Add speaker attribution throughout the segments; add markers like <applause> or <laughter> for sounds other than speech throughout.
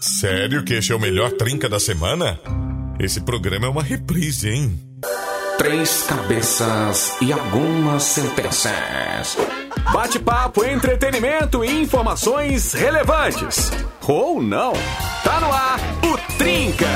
Speaker 1: Sério que este é o melhor trinca da semana? Esse programa é uma reprise, hein?
Speaker 2: Três cabeças e algumas sentenças.
Speaker 3: Bate-papo, entretenimento e informações relevantes. Ou não. Tá no ar o Trinca.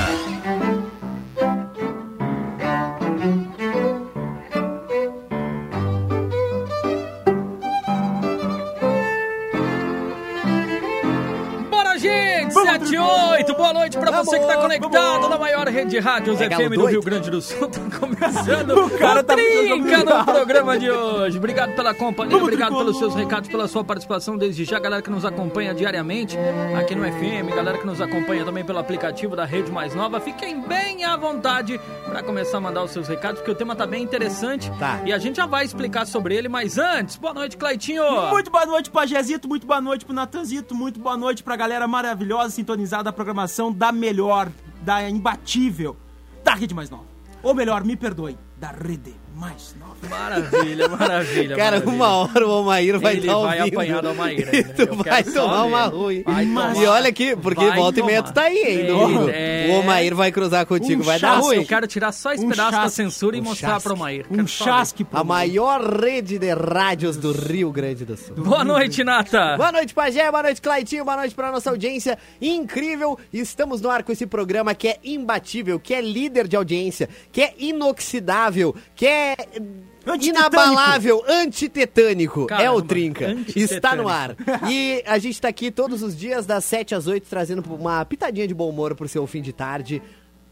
Speaker 4: Bora, gente! 7 e 8, boa noite pra você que tá conectado na maior rede de rádios FM do Rio Grande do Sul. <laughs> Tá começando o
Speaker 5: cara tá
Speaker 4: Trinca
Speaker 5: muito
Speaker 4: no programa de hoje. Obrigado pela companhia, obrigado pelos seus recados, pela sua participação desde já. Galera que nos acompanha diariamente aqui no FM, galera que nos acompanha também pelo aplicativo da Rede Mais Nova. Fiquem bem à vontade pra começar a mandar os seus recados, porque o tema tá bem interessante.
Speaker 5: Tá.
Speaker 4: E a gente já vai explicar sobre ele, mas antes, boa noite, Claitinho.
Speaker 5: Muito boa noite pro Agezito, muito boa noite pro Natanzito, muito boa noite pra galera maravilhosa sintonizada à programação da melhor, da imbatível, da Rede Mais Nova. Ou melhor, me perdoe, da Rede Mais Nova.
Speaker 4: Maravilha, maravilha.
Speaker 6: Cara,
Speaker 4: maravilha.
Speaker 6: uma hora o Almair vai
Speaker 4: Ele
Speaker 6: estar
Speaker 4: vai
Speaker 6: ouvindo.
Speaker 4: apanhar do
Speaker 6: <laughs>
Speaker 4: Almair
Speaker 6: E
Speaker 4: ainda.
Speaker 6: tu
Speaker 4: Eu
Speaker 6: vai
Speaker 4: quero só
Speaker 6: tomar
Speaker 4: ver.
Speaker 6: uma ruim.
Speaker 4: Vai
Speaker 6: E
Speaker 4: tomar.
Speaker 6: olha aqui, porque
Speaker 4: Vai
Speaker 6: volta e meia
Speaker 4: tomar.
Speaker 6: tu tá aí, hein,
Speaker 4: É,
Speaker 6: domingo.
Speaker 4: é.
Speaker 6: O Almair vai cruzar contigo,
Speaker 5: Um
Speaker 6: vai dar
Speaker 5: chasque,
Speaker 6: ruim.
Speaker 4: Eu quero tirar só esse
Speaker 5: Um
Speaker 4: pedaço da
Speaker 5: chasque.
Speaker 4: censura e
Speaker 6: Um
Speaker 4: mostrar
Speaker 6: chasque.
Speaker 4: para o Maíra.
Speaker 5: Um chasque pro
Speaker 6: A maior rede de rádios do Rio Grande do Sul.
Speaker 4: Boa noite, Nata.
Speaker 6: Boa noite, Pajé. Boa noite, Claitinho. Boa noite pra nossa audiência incrível. Estamos no ar com esse programa que é imbatível, que é líder de audiência, que é inoxidável, que é
Speaker 5: Antitetânico.
Speaker 6: inabalável, antitetânico. é
Speaker 4: Caramba,
Speaker 6: o Trinca.
Speaker 4: antitetânico.
Speaker 6: Está no ar. E a gente tá aqui todos os dias das 7 às 8 trazendo uma pitadinha de bom humor pro seu fim de tarde.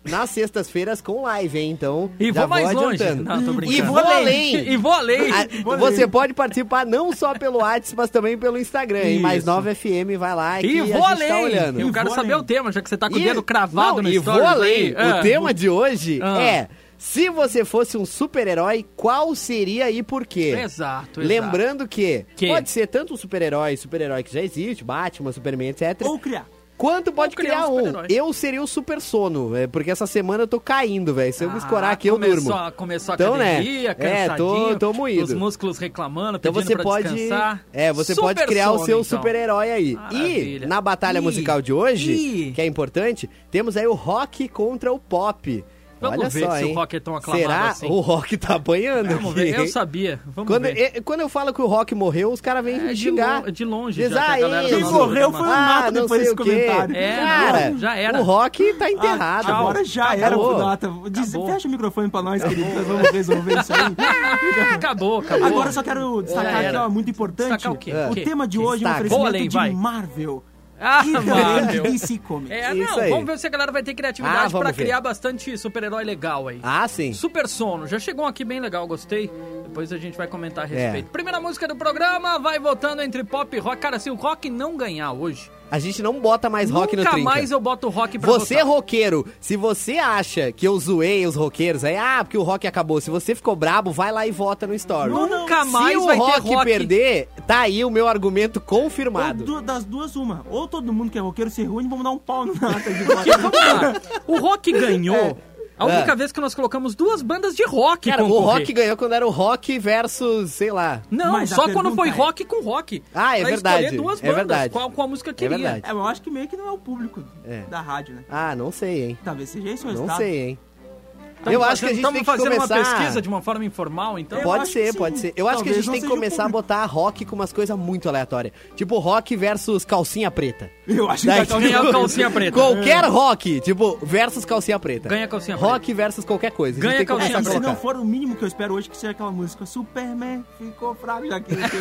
Speaker 6: Nas sextas-feiras com live, hein? Então.
Speaker 4: E
Speaker 6: já
Speaker 4: vou mais longe.
Speaker 6: adiantando.
Speaker 4: Não, tô
Speaker 6: e
Speaker 4: brincando.
Speaker 6: vou além.
Speaker 4: E vou além. <laughs>
Speaker 6: Ah, Você pode participar não só pelo WhatsApp, mas também pelo Instagram. hein? Mais 9FM, vai lá que
Speaker 4: E
Speaker 6: a
Speaker 4: vou
Speaker 6: gente
Speaker 4: além.
Speaker 6: tá olhando.
Speaker 4: Eu
Speaker 5: E
Speaker 4: quero
Speaker 5: vou
Speaker 4: saber
Speaker 5: além.
Speaker 4: o tema, já que você tá com o
Speaker 6: E-
Speaker 4: dedo cravado
Speaker 6: não,
Speaker 4: no
Speaker 6: E
Speaker 4: stories
Speaker 6: vou além.
Speaker 4: aí. Ah.
Speaker 6: O tema de hoje
Speaker 4: Ah.
Speaker 6: é... Se você fosse um super-herói, qual seria e por quê?
Speaker 4: Exato, exato.
Speaker 6: Lembrando que,
Speaker 4: Que?
Speaker 6: pode ser tanto um super-herói, super-herói que já existe, Batman, Superman, etc.
Speaker 5: Ou criar.
Speaker 6: Quanto pode
Speaker 4: criar
Speaker 6: criar,
Speaker 4: um
Speaker 6: um?
Speaker 4: super-herói.
Speaker 6: Eu seria o super sono, é, porque essa semana eu tô caindo, velho. Se eu me
Speaker 4: Ah,
Speaker 6: escorar aqui, eu
Speaker 4: começou,
Speaker 6: durmo.
Speaker 4: Começou a
Speaker 6: Então, né?
Speaker 4: academia,
Speaker 6: É, tô-
Speaker 4: cansadinho.
Speaker 6: tô moído.
Speaker 4: Os músculos reclamando,
Speaker 6: Então
Speaker 4: pedindo
Speaker 6: você
Speaker 4: pra
Speaker 6: pode,
Speaker 4: descansar.
Speaker 6: é, você
Speaker 4: Super
Speaker 6: pode criar o
Speaker 4: sono,
Speaker 6: seu
Speaker 4: então.
Speaker 6: super-herói aí.
Speaker 4: Maravilha.
Speaker 6: E na batalha
Speaker 4: Ih,
Speaker 6: musical de hoje,
Speaker 4: ih.
Speaker 6: que é importante, temos aí o rock contra o pop.
Speaker 4: Vamos
Speaker 6: Olha
Speaker 4: ver
Speaker 6: só,
Speaker 4: se o
Speaker 6: hein?
Speaker 4: rock é tão aclamado
Speaker 6: Será?
Speaker 4: assim.
Speaker 6: O rock tá apanhando
Speaker 4: Vamos
Speaker 6: aqui,
Speaker 4: ver, eu
Speaker 6: hein?
Speaker 4: sabia. Vamos
Speaker 6: Quando,
Speaker 4: ver.
Speaker 6: e- quando eu falo que o rock morreu, os caras vêm
Speaker 4: É,
Speaker 6: me
Speaker 4: de
Speaker 6: xingar.
Speaker 4: lo- de longe
Speaker 6: Diz,
Speaker 4: já que a
Speaker 6: "Ah,
Speaker 4: galera
Speaker 6: ei,
Speaker 4: não
Speaker 6: quem
Speaker 4: gosta
Speaker 5: morreu foi o
Speaker 6: Ah,
Speaker 5: Nata
Speaker 6: não
Speaker 5: depois
Speaker 6: sei
Speaker 5: desse
Speaker 6: o quê."
Speaker 5: comentário.
Speaker 4: É,
Speaker 6: Cara,
Speaker 4: não, já era.
Speaker 6: o rock tá enterrado.
Speaker 5: Ah, agora já era
Speaker 6: Acabou.
Speaker 5: o Nata. Diz-
Speaker 4: Acabou.
Speaker 5: Fecha o microfone pra nós, querido. Nós vamos resolver
Speaker 6: <laughs>
Speaker 5: isso aí.
Speaker 4: Acabou, acabou.
Speaker 5: Agora eu só quero
Speaker 4: Já
Speaker 5: destacar
Speaker 4: era.
Speaker 5: aqui, ó, muito importante.
Speaker 4: É. Destacar o quê? O quê?
Speaker 5: tema de
Speaker 4: Que
Speaker 5: hoje é um
Speaker 6: destaque?
Speaker 5: oferecimento
Speaker 4: Vou além,
Speaker 5: de
Speaker 4: vai.
Speaker 5: Marvel.
Speaker 4: Ah,
Speaker 5: e
Speaker 4: Marvel.
Speaker 5: também de DC Comics.
Speaker 4: É,
Speaker 6: Isso
Speaker 4: não,
Speaker 6: aí.
Speaker 4: vamos ver se a galera vai ter
Speaker 6: Ah,
Speaker 4: criatividade
Speaker 6: vamos
Speaker 4: pra
Speaker 6: ver.
Speaker 4: criar bastante super-herói legal aí.
Speaker 6: Ah, sim.
Speaker 4: Super Sono, já chegou um aqui bem legal, gostei. Depois a gente vai comentar a
Speaker 6: É.
Speaker 4: respeito. Primeira música do programa, vai voltando entre pop e rock. Cara, se o rock não ganhar hoje,
Speaker 6: A gente não bota mais rock no
Speaker 4: nunca
Speaker 6: trinca.
Speaker 4: mais eu boto o rock pra
Speaker 6: Você, é
Speaker 4: votar.
Speaker 6: roqueiro, se você acha que eu zoei os roqueiros aí, ah, porque o rock acabou. Se você ficou brabo, vai lá e vota no story.
Speaker 4: Nunca
Speaker 6: se
Speaker 4: mais
Speaker 6: o
Speaker 4: vai ter
Speaker 6: rock,
Speaker 4: rock.
Speaker 6: perder, tá aí o meu argumento
Speaker 5: Ou
Speaker 6: confirmado.
Speaker 5: du- das duas, uma. Ou todo mundo que é roqueiro se reúne, vamos dar um pau no Nata
Speaker 4: <laughs>
Speaker 5: de volta.
Speaker 4: Porque, vamos lá, o
Speaker 6: <laughs>
Speaker 4: rock ganhou. A única
Speaker 6: É.
Speaker 4: vez que nós colocamos duas bandas de rock
Speaker 6: Cara, o
Speaker 4: concorrer.
Speaker 6: rock ganhou quando era o rock versus, sei lá.
Speaker 4: Não,
Speaker 5: Mas a
Speaker 4: só quando foi
Speaker 5: pergunta é-
Speaker 4: rock com rock.
Speaker 6: Ah, é
Speaker 4: Pra
Speaker 6: verdade,
Speaker 4: escolher duas
Speaker 6: é
Speaker 4: bandas,
Speaker 6: verdade.
Speaker 4: Qual, qual música queria.
Speaker 6: verdade.
Speaker 5: É, mas eu acho que meio que não é o público
Speaker 6: É.
Speaker 5: da rádio, né?
Speaker 6: Ah, não sei, hein.
Speaker 5: Talvez seja esse o
Speaker 6: Não
Speaker 5: resultado.
Speaker 6: sei, hein.
Speaker 4: Tá. Tamo
Speaker 6: eu acho que a
Speaker 4: fazendo-
Speaker 6: gente
Speaker 4: tamo
Speaker 6: tem que
Speaker 4: fazendo
Speaker 6: começar...
Speaker 4: uma pesquisa de uma forma informal, então.
Speaker 5: Eu
Speaker 6: Pode
Speaker 5: acho
Speaker 6: ser,
Speaker 5: que
Speaker 6: pode
Speaker 5: sim.
Speaker 6: ser. Eu acho que a
Speaker 5: Talvez
Speaker 6: gente
Speaker 5: não
Speaker 6: tem que
Speaker 5: seja o
Speaker 6: começar a
Speaker 5: público.
Speaker 6: botar rock com umas coisas muito aleatórias. Tipo rock versus calcinha preta.
Speaker 5: Eu acho que
Speaker 6: Daí,
Speaker 5: vai dar um
Speaker 4: Quem é a
Speaker 5: jogo.
Speaker 4: calcinha preta? É.
Speaker 6: Qualquer rock, tipo, versus calcinha preta.
Speaker 4: Ganha calcinha preta.
Speaker 6: rock versus qualquer coisa. A gente
Speaker 4: Ganha
Speaker 6: tem que começar
Speaker 5: É,
Speaker 4: calcinha
Speaker 6: a
Speaker 5: e se
Speaker 6: colocar.
Speaker 5: não for o mínimo que eu espero hoje, que seja aquela música Superman ficou fraco já que
Speaker 4: <laughs>
Speaker 5: ele tem-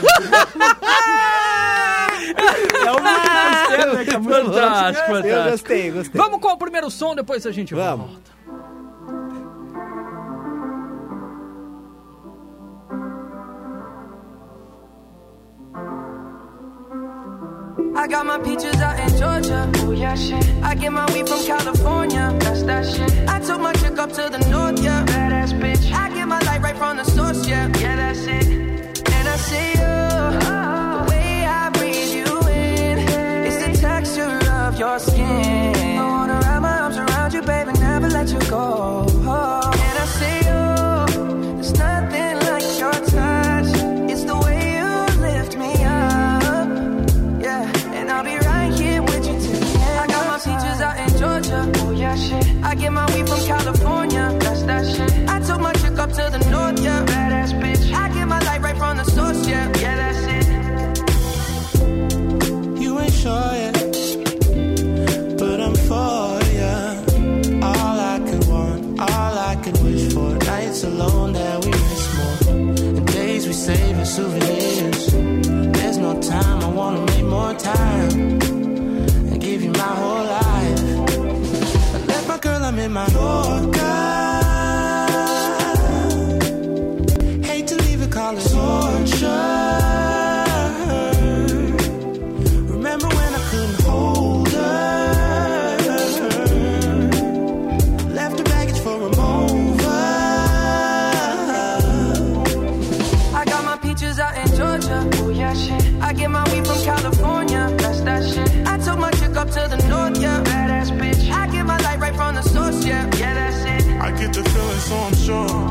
Speaker 5: É o mínimo que eu espero, né? Que a música
Speaker 4: é Fantástico,
Speaker 6: Eu
Speaker 4: fantástico.
Speaker 6: gostei, gostei.
Speaker 4: Vamos com o primeiro som, depois a gente
Speaker 6: Vamos.
Speaker 4: volta.
Speaker 7: I got my peaches out in Georgia. Oh yeah, shit. I get my weed from California. That's that shit. I took my chick up to the north, yeah. Badass bitch. I get my light right from the source, yeah. Yeah, that's it. And I see you. The way I breathe you in is the texture of your skin. I wanna wrap my arms around you, baby, never let you go. And I see you. There's nothing like your touch. It's the way you lift me up. Yeah, and I'll be right here with you till the end. I got my Oh, shit. I get my weed from California. That's that shit. I took my chick up to the north, yeah. Badass bitch. I get my light right from the source, yeah. Yeah, that's it.
Speaker 8: You ain't sure yet, but I'm for ya. All I could want, all I could wish for. Nights alone that we miss more, and days we save as souvenirs. There's no time, I wanna make more time and give you my whole life. I left my girl, I'm in my Yorker. Hate to leave it, call it torture. Remember when I couldn't hold her? Left her baggage for a mover.
Speaker 7: I got my peaches out in Georgia. Oh yeah, shit. I get my weed from California. That's that shit. I took my chick up to the north, yeah. Badass bitch. I get my light right from the source, yeah. Yeah, that's it.
Speaker 9: I get the feeling, so I'm sure.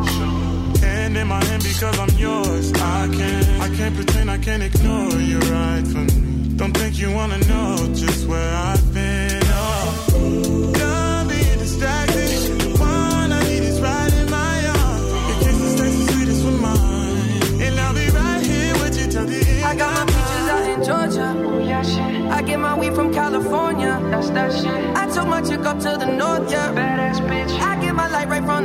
Speaker 9: Hand in my hand because I'm yours. I can't, I can't pretend, I can't ignore you right from me. Don't think you wanna know just where I've been. Oh, don't be distracted. The one I need is right in my arms. Your kisses taste the sweetest with mine, and I'll be right here with you till the end.
Speaker 7: I got my peaches out in Georgia. Oh yeah, shit. I get my weed from California. That's that shit. I took my chick up to the north, yeah. Badass bitch. I get my light right from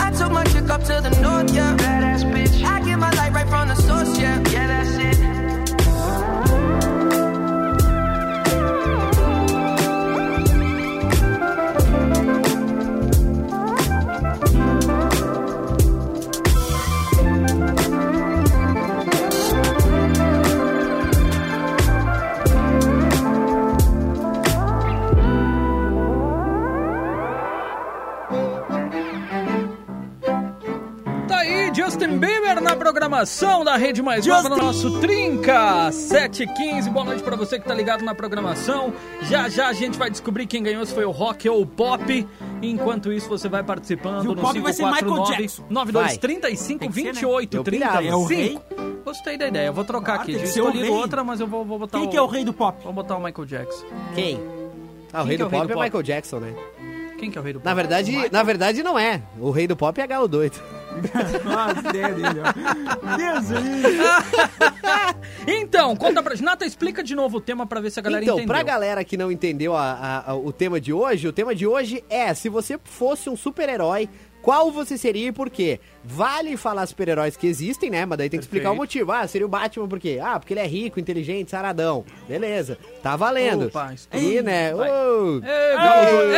Speaker 7: I took my chick up to the north, yeah. Badass bitch. I get my light right from the source, yeah. Yeah, that's it.
Speaker 4: Tá aí, Justin Bieber na programação da Rede Mais Nova, no nosso Trinca 715. Boa noite pra você que tá ligado na programação. Já já a gente vai descobrir quem ganhou, se foi o rock ou o pop. Enquanto isso, você vai participando
Speaker 5: E o
Speaker 4: no
Speaker 5: pop vai ser Michael Jackson.
Speaker 4: 92 35
Speaker 5: Tem que ser, né?
Speaker 4: 28
Speaker 6: Eu pirava. É
Speaker 4: 35.
Speaker 5: o rei?
Speaker 4: Gostei da ideia, eu vou trocar
Speaker 5: Claro,
Speaker 4: aqui.
Speaker 5: tem
Speaker 4: Já
Speaker 5: que ser o
Speaker 4: escolhi
Speaker 5: rei.
Speaker 4: outra, mas eu vou, vou botar
Speaker 5: Quem que é o rei do pop? <laughs>
Speaker 4: Vou botar o Michael Jackson.
Speaker 6: Quem? Ah, o
Speaker 4: Quem
Speaker 6: rei
Speaker 4: que é o
Speaker 6: do
Speaker 4: rei
Speaker 6: pop
Speaker 4: do
Speaker 6: é
Speaker 4: pop?
Speaker 6: Michael Jackson, né?
Speaker 4: Quem que é o rei do pop?
Speaker 6: Na verdade, na verdade não é. O rei do pop é HO2.
Speaker 5: Nossa, ideia dele, ó. Deus do livre.
Speaker 4: Então, conta pra gente. Nata, explica de novo o tema pra ver se a galera
Speaker 6: então,
Speaker 4: entendeu.
Speaker 6: pra galera que não entendeu a- a- a- o tema de hoje, o tema de hoje é: se você fosse um super-herói, qual você seria e por quê? Vale falar super-heróis que existem, né? Mas daí tem que explicar o
Speaker 4: Perfeito.
Speaker 6: motivo. Ah, seria o Batman por quê? Ah, porque ele é rico, inteligente, saradão. Beleza, tá valendo.
Speaker 4: Opa, isso
Speaker 6: e, né?
Speaker 4: Vai. É,
Speaker 6: ô,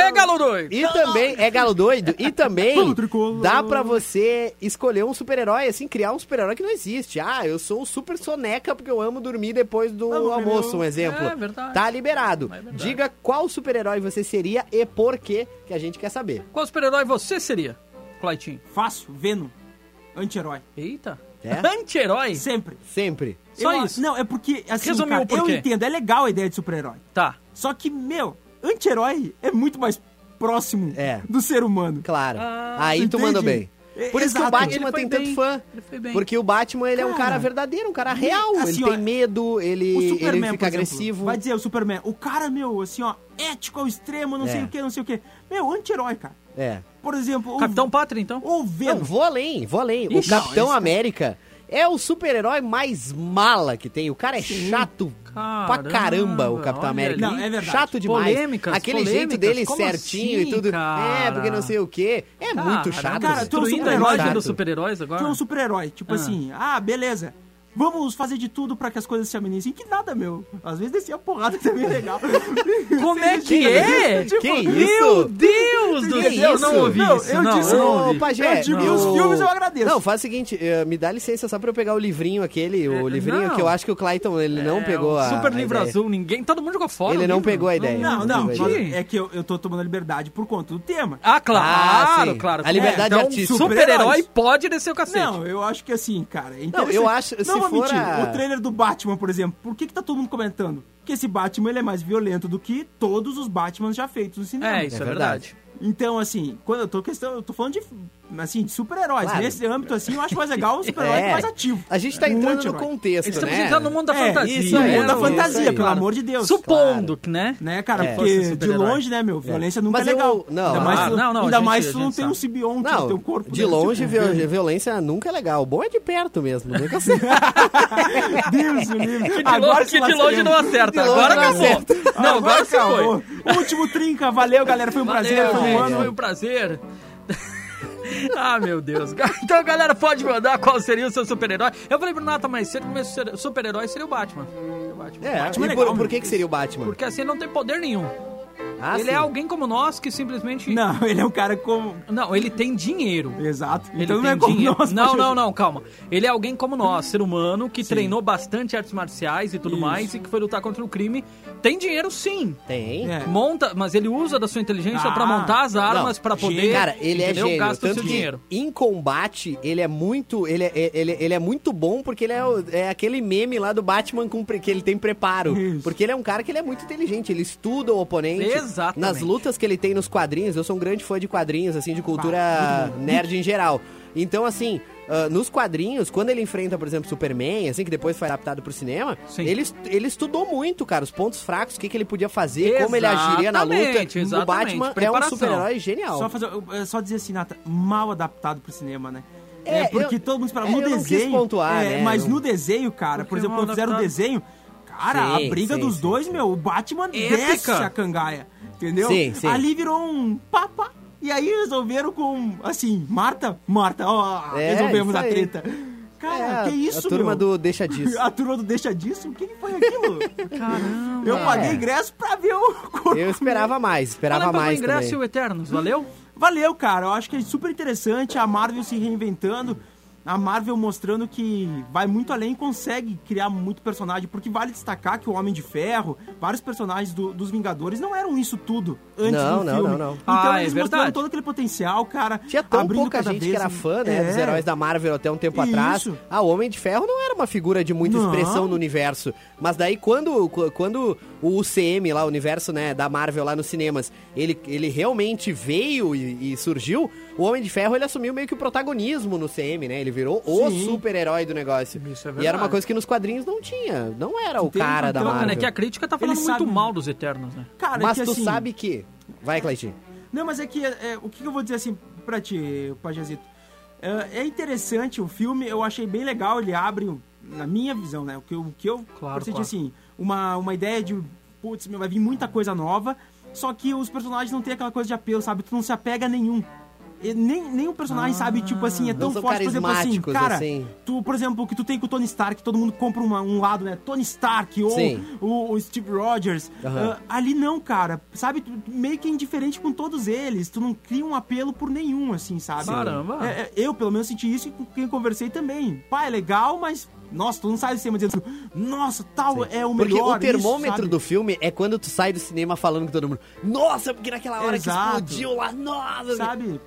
Speaker 4: Ei, galo doido! Ei, galo doido!
Speaker 6: E também, é galo doido, e também
Speaker 5: Vamos, tricolor.
Speaker 6: dá pra você escolher um super-herói, assim, criar um super-herói que não existe. Ah, eu sou um super soneca porque eu amo dormir depois do
Speaker 5: Vamos,
Speaker 6: almoço,
Speaker 5: meu.
Speaker 6: um exemplo.
Speaker 4: É verdade.
Speaker 6: Tá liberado.
Speaker 4: É verdade.
Speaker 6: Diga qual super-herói você seria e por quê, que a gente quer saber.
Speaker 4: Qual super-herói você seria, Claitinho?
Speaker 5: Fácil, Venom. Anti-herói.
Speaker 4: Eita!
Speaker 6: É?
Speaker 4: Anti-herói?
Speaker 5: Sempre.
Speaker 6: Sempre.
Speaker 4: Só
Speaker 5: Eu-
Speaker 4: isso?
Speaker 5: Não, é porque, assim,
Speaker 4: Resumiu
Speaker 5: cara,
Speaker 4: o porquê.
Speaker 5: eu entendo. É legal a ideia de super-herói.
Speaker 4: Tá.
Speaker 5: Só que, meu, anti-herói é muito mais próximo
Speaker 6: É.
Speaker 5: do ser humano.
Speaker 6: Claro.
Speaker 4: Ah,
Speaker 6: Aí tu
Speaker 5: entendi.
Speaker 6: mandou bem.
Speaker 5: É,
Speaker 6: Por isso que o
Speaker 5: exato.
Speaker 6: Batman
Speaker 4: Ele foi
Speaker 6: tem
Speaker 4: bem.
Speaker 6: tanto fã.
Speaker 4: Ele foi bem.
Speaker 6: Porque o Batman, ele é um
Speaker 5: Cara,
Speaker 6: cara verdadeiro, um cara real.
Speaker 5: assim,
Speaker 6: ele
Speaker 5: ó,
Speaker 6: tem medo, ele,
Speaker 5: O
Speaker 6: ele
Speaker 5: Superman,
Speaker 6: fica
Speaker 5: por exemplo,
Speaker 6: agressivo.
Speaker 5: Vai dizer o Superman. O cara, meu, assim, ó, ético ao extremo, não
Speaker 6: É.
Speaker 5: sei o que, não sei o que. Meu, anti-herói, cara.
Speaker 6: É.
Speaker 5: Por exemplo, o,
Speaker 4: Capitão Pátria, então?
Speaker 6: um
Speaker 5: o Venom.
Speaker 6: Não, vou além, vou além.
Speaker 4: Ixi,
Speaker 6: o Capitão
Speaker 5: não, esse-
Speaker 6: América é o super-herói mais mala que tem. O cara é chato
Speaker 4: Caramba,
Speaker 6: pra caramba, o Capitão
Speaker 4: olha
Speaker 6: América.
Speaker 5: ali. Não, é verdade.
Speaker 6: Chato demais.
Speaker 4: Polêmicas,
Speaker 6: Aquele
Speaker 4: polêmicas,
Speaker 6: jeito dele
Speaker 4: como
Speaker 6: certinho
Speaker 4: assim,
Speaker 6: e tudo.
Speaker 4: cara?
Speaker 6: É, porque não sei o quê. É muito chato.
Speaker 5: Cara, tu é
Speaker 4: destruindo
Speaker 5: um
Speaker 4: a
Speaker 5: super-herói,
Speaker 4: imagem
Speaker 5: cara.
Speaker 4: dos super-heróis agora?
Speaker 5: Tu é um super-herói. Tipo
Speaker 4: Ah.
Speaker 5: assim, ah, beleza. Vamos fazer de tudo pra que as coisas se amenizem. Que nada, meu. Às vezes descia a
Speaker 6: <laughs>
Speaker 5: porrada também é legal.
Speaker 4: Como é que é? Meu
Speaker 6: Que Tipo, isso? é
Speaker 4: Deus do
Speaker 6: Ele
Speaker 4: eu não ouvi
Speaker 5: Não,
Speaker 4: isso.
Speaker 5: eu
Speaker 4: não,
Speaker 5: disse-
Speaker 4: eu não
Speaker 6: Ô,
Speaker 4: ouvi.
Speaker 6: Pajé,
Speaker 5: Eu digo, os filmes eu agradeço.
Speaker 6: Não, faz o seguinte, eh, me dá licença só pra eu pegar o livrinho aquele, o
Speaker 4: É,
Speaker 6: livrinho
Speaker 4: não.
Speaker 6: que eu acho que o Clayton, ele não
Speaker 4: É,
Speaker 6: pegou
Speaker 4: o
Speaker 6: a
Speaker 4: Super
Speaker 6: a
Speaker 4: livro
Speaker 6: ideia.
Speaker 4: azul, ninguém. Todo mundo jogou fora.
Speaker 6: Ele
Speaker 4: o
Speaker 6: não
Speaker 4: livro.
Speaker 6: pegou a ideia. né?
Speaker 5: Não, não,
Speaker 6: Entendi.
Speaker 5: mas é que eu, eu tô tomando a liberdade por conta do tema.
Speaker 4: Ah,
Speaker 6: Ah,
Speaker 4: claro,
Speaker 6: sim.
Speaker 4: claro.
Speaker 6: A liberdade é
Speaker 4: então,
Speaker 6: artística.
Speaker 4: Super-herói pode descer o cacete.
Speaker 5: Não, eu acho que assim, cara, é
Speaker 6: Não,
Speaker 5: interessante.
Speaker 6: eu acho-
Speaker 5: Não
Speaker 6: se
Speaker 5: vou
Speaker 6: for
Speaker 5: mentir,
Speaker 6: a-
Speaker 5: o trailer do Batman, por exemplo, por que que tá todo mundo comentando? Que esse Batman, ele é mais violento do que todos os Batmans já feitos no cinema.
Speaker 4: é, isso é,
Speaker 6: É
Speaker 4: verdade.
Speaker 6: verdade.
Speaker 5: Então, assim, quando eu tô questão, eu tô falando de assim, de super-heróis.
Speaker 6: Claro.
Speaker 5: Nesse âmbito assim, eu acho mais legal o super-herói
Speaker 6: <laughs> É.
Speaker 5: mais ativo.
Speaker 6: A gente tá entrando
Speaker 5: Muito
Speaker 6: no
Speaker 5: herói.
Speaker 6: contexto,
Speaker 4: Estamos
Speaker 6: né?
Speaker 4: entrando no mundo da
Speaker 5: É,
Speaker 4: fantasia.
Speaker 6: isso aí,
Speaker 4: né?
Speaker 6: mundo da
Speaker 4: Isso
Speaker 5: fantasia,
Speaker 4: aí.
Speaker 5: pelo amor de Deus,
Speaker 4: Supondo que, né?
Speaker 5: Né, cara?
Speaker 6: É.
Speaker 4: Força
Speaker 5: Porque de
Speaker 4: super-herói.
Speaker 5: longe, né, meu? Violência nunca
Speaker 6: Mas
Speaker 5: é
Speaker 6: eu-
Speaker 5: legal.
Speaker 6: não,
Speaker 5: ainda mais,
Speaker 4: claro.
Speaker 5: tu-
Speaker 4: Não, não, a
Speaker 5: ainda
Speaker 4: gente-
Speaker 5: mais
Speaker 4: a
Speaker 5: se tu
Speaker 4: gente
Speaker 5: não tem
Speaker 4: sabe.
Speaker 5: um simbionte no
Speaker 6: Não,
Speaker 5: teu corpo.
Speaker 6: de
Speaker 5: né?
Speaker 6: longe,
Speaker 5: Tipo,
Speaker 6: viol- violência nunca é legal. O bom é de perto mesmo,
Speaker 5: <laughs>
Speaker 6: nunca se...
Speaker 5: Deus, me livre.
Speaker 4: Que de
Speaker 5: Agora
Speaker 4: longe,
Speaker 5: se
Speaker 4: que de longe
Speaker 5: lascamos.
Speaker 4: não acerta.
Speaker 6: De longe
Speaker 4: Agora
Speaker 6: não
Speaker 4: acabou.
Speaker 6: acerta.
Speaker 4: Não, agora se foi.
Speaker 5: acabou. Último trinca, valeu, galera. Foi um prazer,
Speaker 4: Valeu,
Speaker 5: foi um
Speaker 4: gente.
Speaker 5: ano.
Speaker 4: Foi um prazer. <laughs> ah, meu Deus. Então, galera, pode mandar qual seria o seu super-herói. Eu falei pro Nata mais cedo que o meu ser- super-herói seria o Batman. O Batman.
Speaker 6: É,
Speaker 5: Batman é
Speaker 6: e
Speaker 5: legal,
Speaker 6: por, por
Speaker 5: meu.
Speaker 6: que que seria o Batman?
Speaker 4: Porque assim ele não tem poder nenhum.
Speaker 6: Ah,
Speaker 4: ele é
Speaker 6: sim.
Speaker 4: alguém como nós que simplesmente.
Speaker 5: Não, ele é um cara como.
Speaker 4: Não, ele tem dinheiro.
Speaker 5: Exato.
Speaker 4: Ele
Speaker 5: então não
Speaker 4: tem
Speaker 5: é como
Speaker 4: dinheiro.
Speaker 5: nós,
Speaker 4: não,
Speaker 5: mas-
Speaker 4: não, não, calma. Ele é alguém como nós, ser humano, que treinou bastante artes marciais e tudo
Speaker 5: Isso.
Speaker 4: mais, e que foi lutar contra o crime. Tem dinheiro sim.
Speaker 6: Tem.
Speaker 5: É.
Speaker 4: Monta, mas ele usa da sua inteligência
Speaker 5: Ah,
Speaker 4: pra montar as armas
Speaker 6: Não,
Speaker 4: pra poder.
Speaker 6: gênio. Cara, ele
Speaker 4: entendeu?
Speaker 6: é gênio.
Speaker 4: Gasta o
Speaker 6: tanto
Speaker 4: seu
Speaker 6: que
Speaker 4: dinheiro.
Speaker 6: em combate, ele é muito. Ele é, ele, ele é muito bom porque ele é, o- é aquele meme lá do Batman com, pre- que ele tem preparo.
Speaker 5: Isso.
Speaker 6: Porque ele é um cara que ele é muito inteligente, ele estuda o oponente.
Speaker 4: Exatamente.
Speaker 6: Nas lutas que ele tem nos quadrinhos, eu sou um grande fã de quadrinhos, assim, de
Speaker 4: Ah,
Speaker 6: cultura nerd em geral. Então, assim. ah, nos quadrinhos, quando ele enfrenta, por exemplo, Superman, assim, que depois foi adaptado pro cinema,
Speaker 4: Sim.
Speaker 6: ele, est- ele estudou muito, cara, os pontos fracos, o que, que ele podia fazer, como ele agiria na luta.
Speaker 4: Exatamente,
Speaker 6: O Batman
Speaker 4: exatamente.
Speaker 6: é um
Speaker 4: Preparação.
Speaker 6: super-herói genial.
Speaker 5: Só, fazer, eu- é só dizer assim, Nata, mal adaptado pro cinema, né?
Speaker 6: É,
Speaker 5: É, porque
Speaker 6: eu-
Speaker 5: todo mundo espera
Speaker 6: é,
Speaker 5: no
Speaker 6: eu não quis
Speaker 5: desenho.
Speaker 6: pontuar,
Speaker 5: é,
Speaker 6: né,
Speaker 5: Mas
Speaker 6: não-
Speaker 5: no desenho, cara, por
Speaker 4: Porque
Speaker 5: exemplo,
Speaker 4: mal
Speaker 5: quando fizeram o
Speaker 4: adaptado.
Speaker 5: desenho, cara,
Speaker 6: Sim,
Speaker 5: a briga
Speaker 6: sim,
Speaker 5: dos
Speaker 6: sim,
Speaker 5: dois,
Speaker 6: sim.
Speaker 5: meu, o Batman
Speaker 4: Épica.
Speaker 5: desce a cangaia. Entendeu?
Speaker 6: Sim, sim.
Speaker 5: Ali virou um papa. E aí resolveram com, assim, Marta, Marta, ó,
Speaker 6: É,
Speaker 5: resolvemos
Speaker 6: isso
Speaker 5: a
Speaker 6: aí. É,
Speaker 5: treta. Cara, que isso,
Speaker 6: a turma
Speaker 5: meu?
Speaker 6: do Deixa Disso.
Speaker 5: <laughs> A turma do deixa disso? O que, que foi aquilo? Caramba. Eu
Speaker 6: É.
Speaker 5: paguei ingresso pra ver o...
Speaker 6: Eu esperava mais, esperava
Speaker 4: Fala pelo
Speaker 6: mais
Speaker 4: ingresso e
Speaker 6: também.
Speaker 4: o Eternos, valeu?
Speaker 5: Valeu, cara. Eu acho que é super interessante a Marvel se reinventando. A Marvel mostrando que vai muito além e consegue criar muito personagem. Porque vale destacar que o Homem de Ferro, vários personagens do- dos Vingadores não eram isso tudo antes
Speaker 6: Não,
Speaker 5: do
Speaker 6: não,
Speaker 5: filme.
Speaker 6: não, não.
Speaker 5: Então
Speaker 4: Ah, é
Speaker 5: eles
Speaker 4: verdade.
Speaker 5: mostraram todo aquele potencial, cara.
Speaker 6: Tinha tão
Speaker 5: abrindo
Speaker 6: pouca
Speaker 5: cada
Speaker 6: gente
Speaker 5: vez-
Speaker 6: que era fã, né,
Speaker 5: É.
Speaker 6: dos heróis da Marvel até um tempo
Speaker 5: Isso.
Speaker 6: atrás. Ah, o Homem de Ferro não era uma figura de muita
Speaker 5: Não.
Speaker 6: expressão no universo. Mas daí quando, qu- quando o UCM lá, o universo, né, da Marvel lá nos cinemas, ele, ele realmente veio e, e surgiu, o Homem de Ferro ele assumiu meio que o protagonismo no CM, né? Ele virou o
Speaker 5: Sim.
Speaker 6: super-herói do negócio.
Speaker 4: Isso é
Speaker 6: e era
Speaker 4: verdade.
Speaker 6: uma coisa que nos quadrinhos não tinha. Não era o
Speaker 5: Entende?
Speaker 6: cara da
Speaker 5: Então,
Speaker 6: Marvel.
Speaker 4: Cara, é que a crítica tá falando
Speaker 5: Ele
Speaker 4: muito
Speaker 5: sabe.
Speaker 4: mal dos Eternos, né?
Speaker 5: Cara,
Speaker 6: Mas
Speaker 5: que,
Speaker 6: tu
Speaker 5: assim,
Speaker 6: sabe que... Vai, Claytinho.
Speaker 5: Não, mas é que é, o que que eu vou dizer assim pra ti, Pajazito? É, é interessante o filme, eu achei bem legal, ele abre, na minha visão, né? O que, eu- o que eu
Speaker 4: Claro,
Speaker 5: senti
Speaker 4: claro.
Speaker 5: assim, uma, uma ideia de, putz, meu, vai vir muita coisa nova, só que os personagens não têm aquela coisa de apelo, sabe? Tu não se apega a nenhum. E nem, nem o personagem sabe, tipo assim, é
Speaker 6: Ah. não
Speaker 5: tão
Speaker 6: são
Speaker 5: forte, por exemplo, assim,
Speaker 6: carismáticos,
Speaker 5: cara,
Speaker 6: assim.
Speaker 5: tu, por exemplo, o que tu tem com o Tony Stark, todo mundo compra uma- um lado, né? Tony Stark ou
Speaker 6: Sim.
Speaker 5: o, o Steve Rogers.
Speaker 6: Aham.
Speaker 5: ah, ali não, cara. Sabe, tu- tu meio que é indiferente com todos eles. Tu não cria um apelo por nenhum, assim, sabe?
Speaker 4: Caramba.
Speaker 5: É, é, eu, pelo menos, senti isso e com quem conversei também. Pá, é legal, mas. Nossa, tu não sai do cinema dizendo. assim, Nossa, tal é o
Speaker 6: Porque
Speaker 5: melhor.
Speaker 6: o termômetro
Speaker 5: isso, sabe?
Speaker 6: do filme é quando tu sai do cinema falando com todo mundo. Nossa, porque naquela hora
Speaker 5: Exato.
Speaker 6: que explodiu lá, nossa.
Speaker 5: Sabe?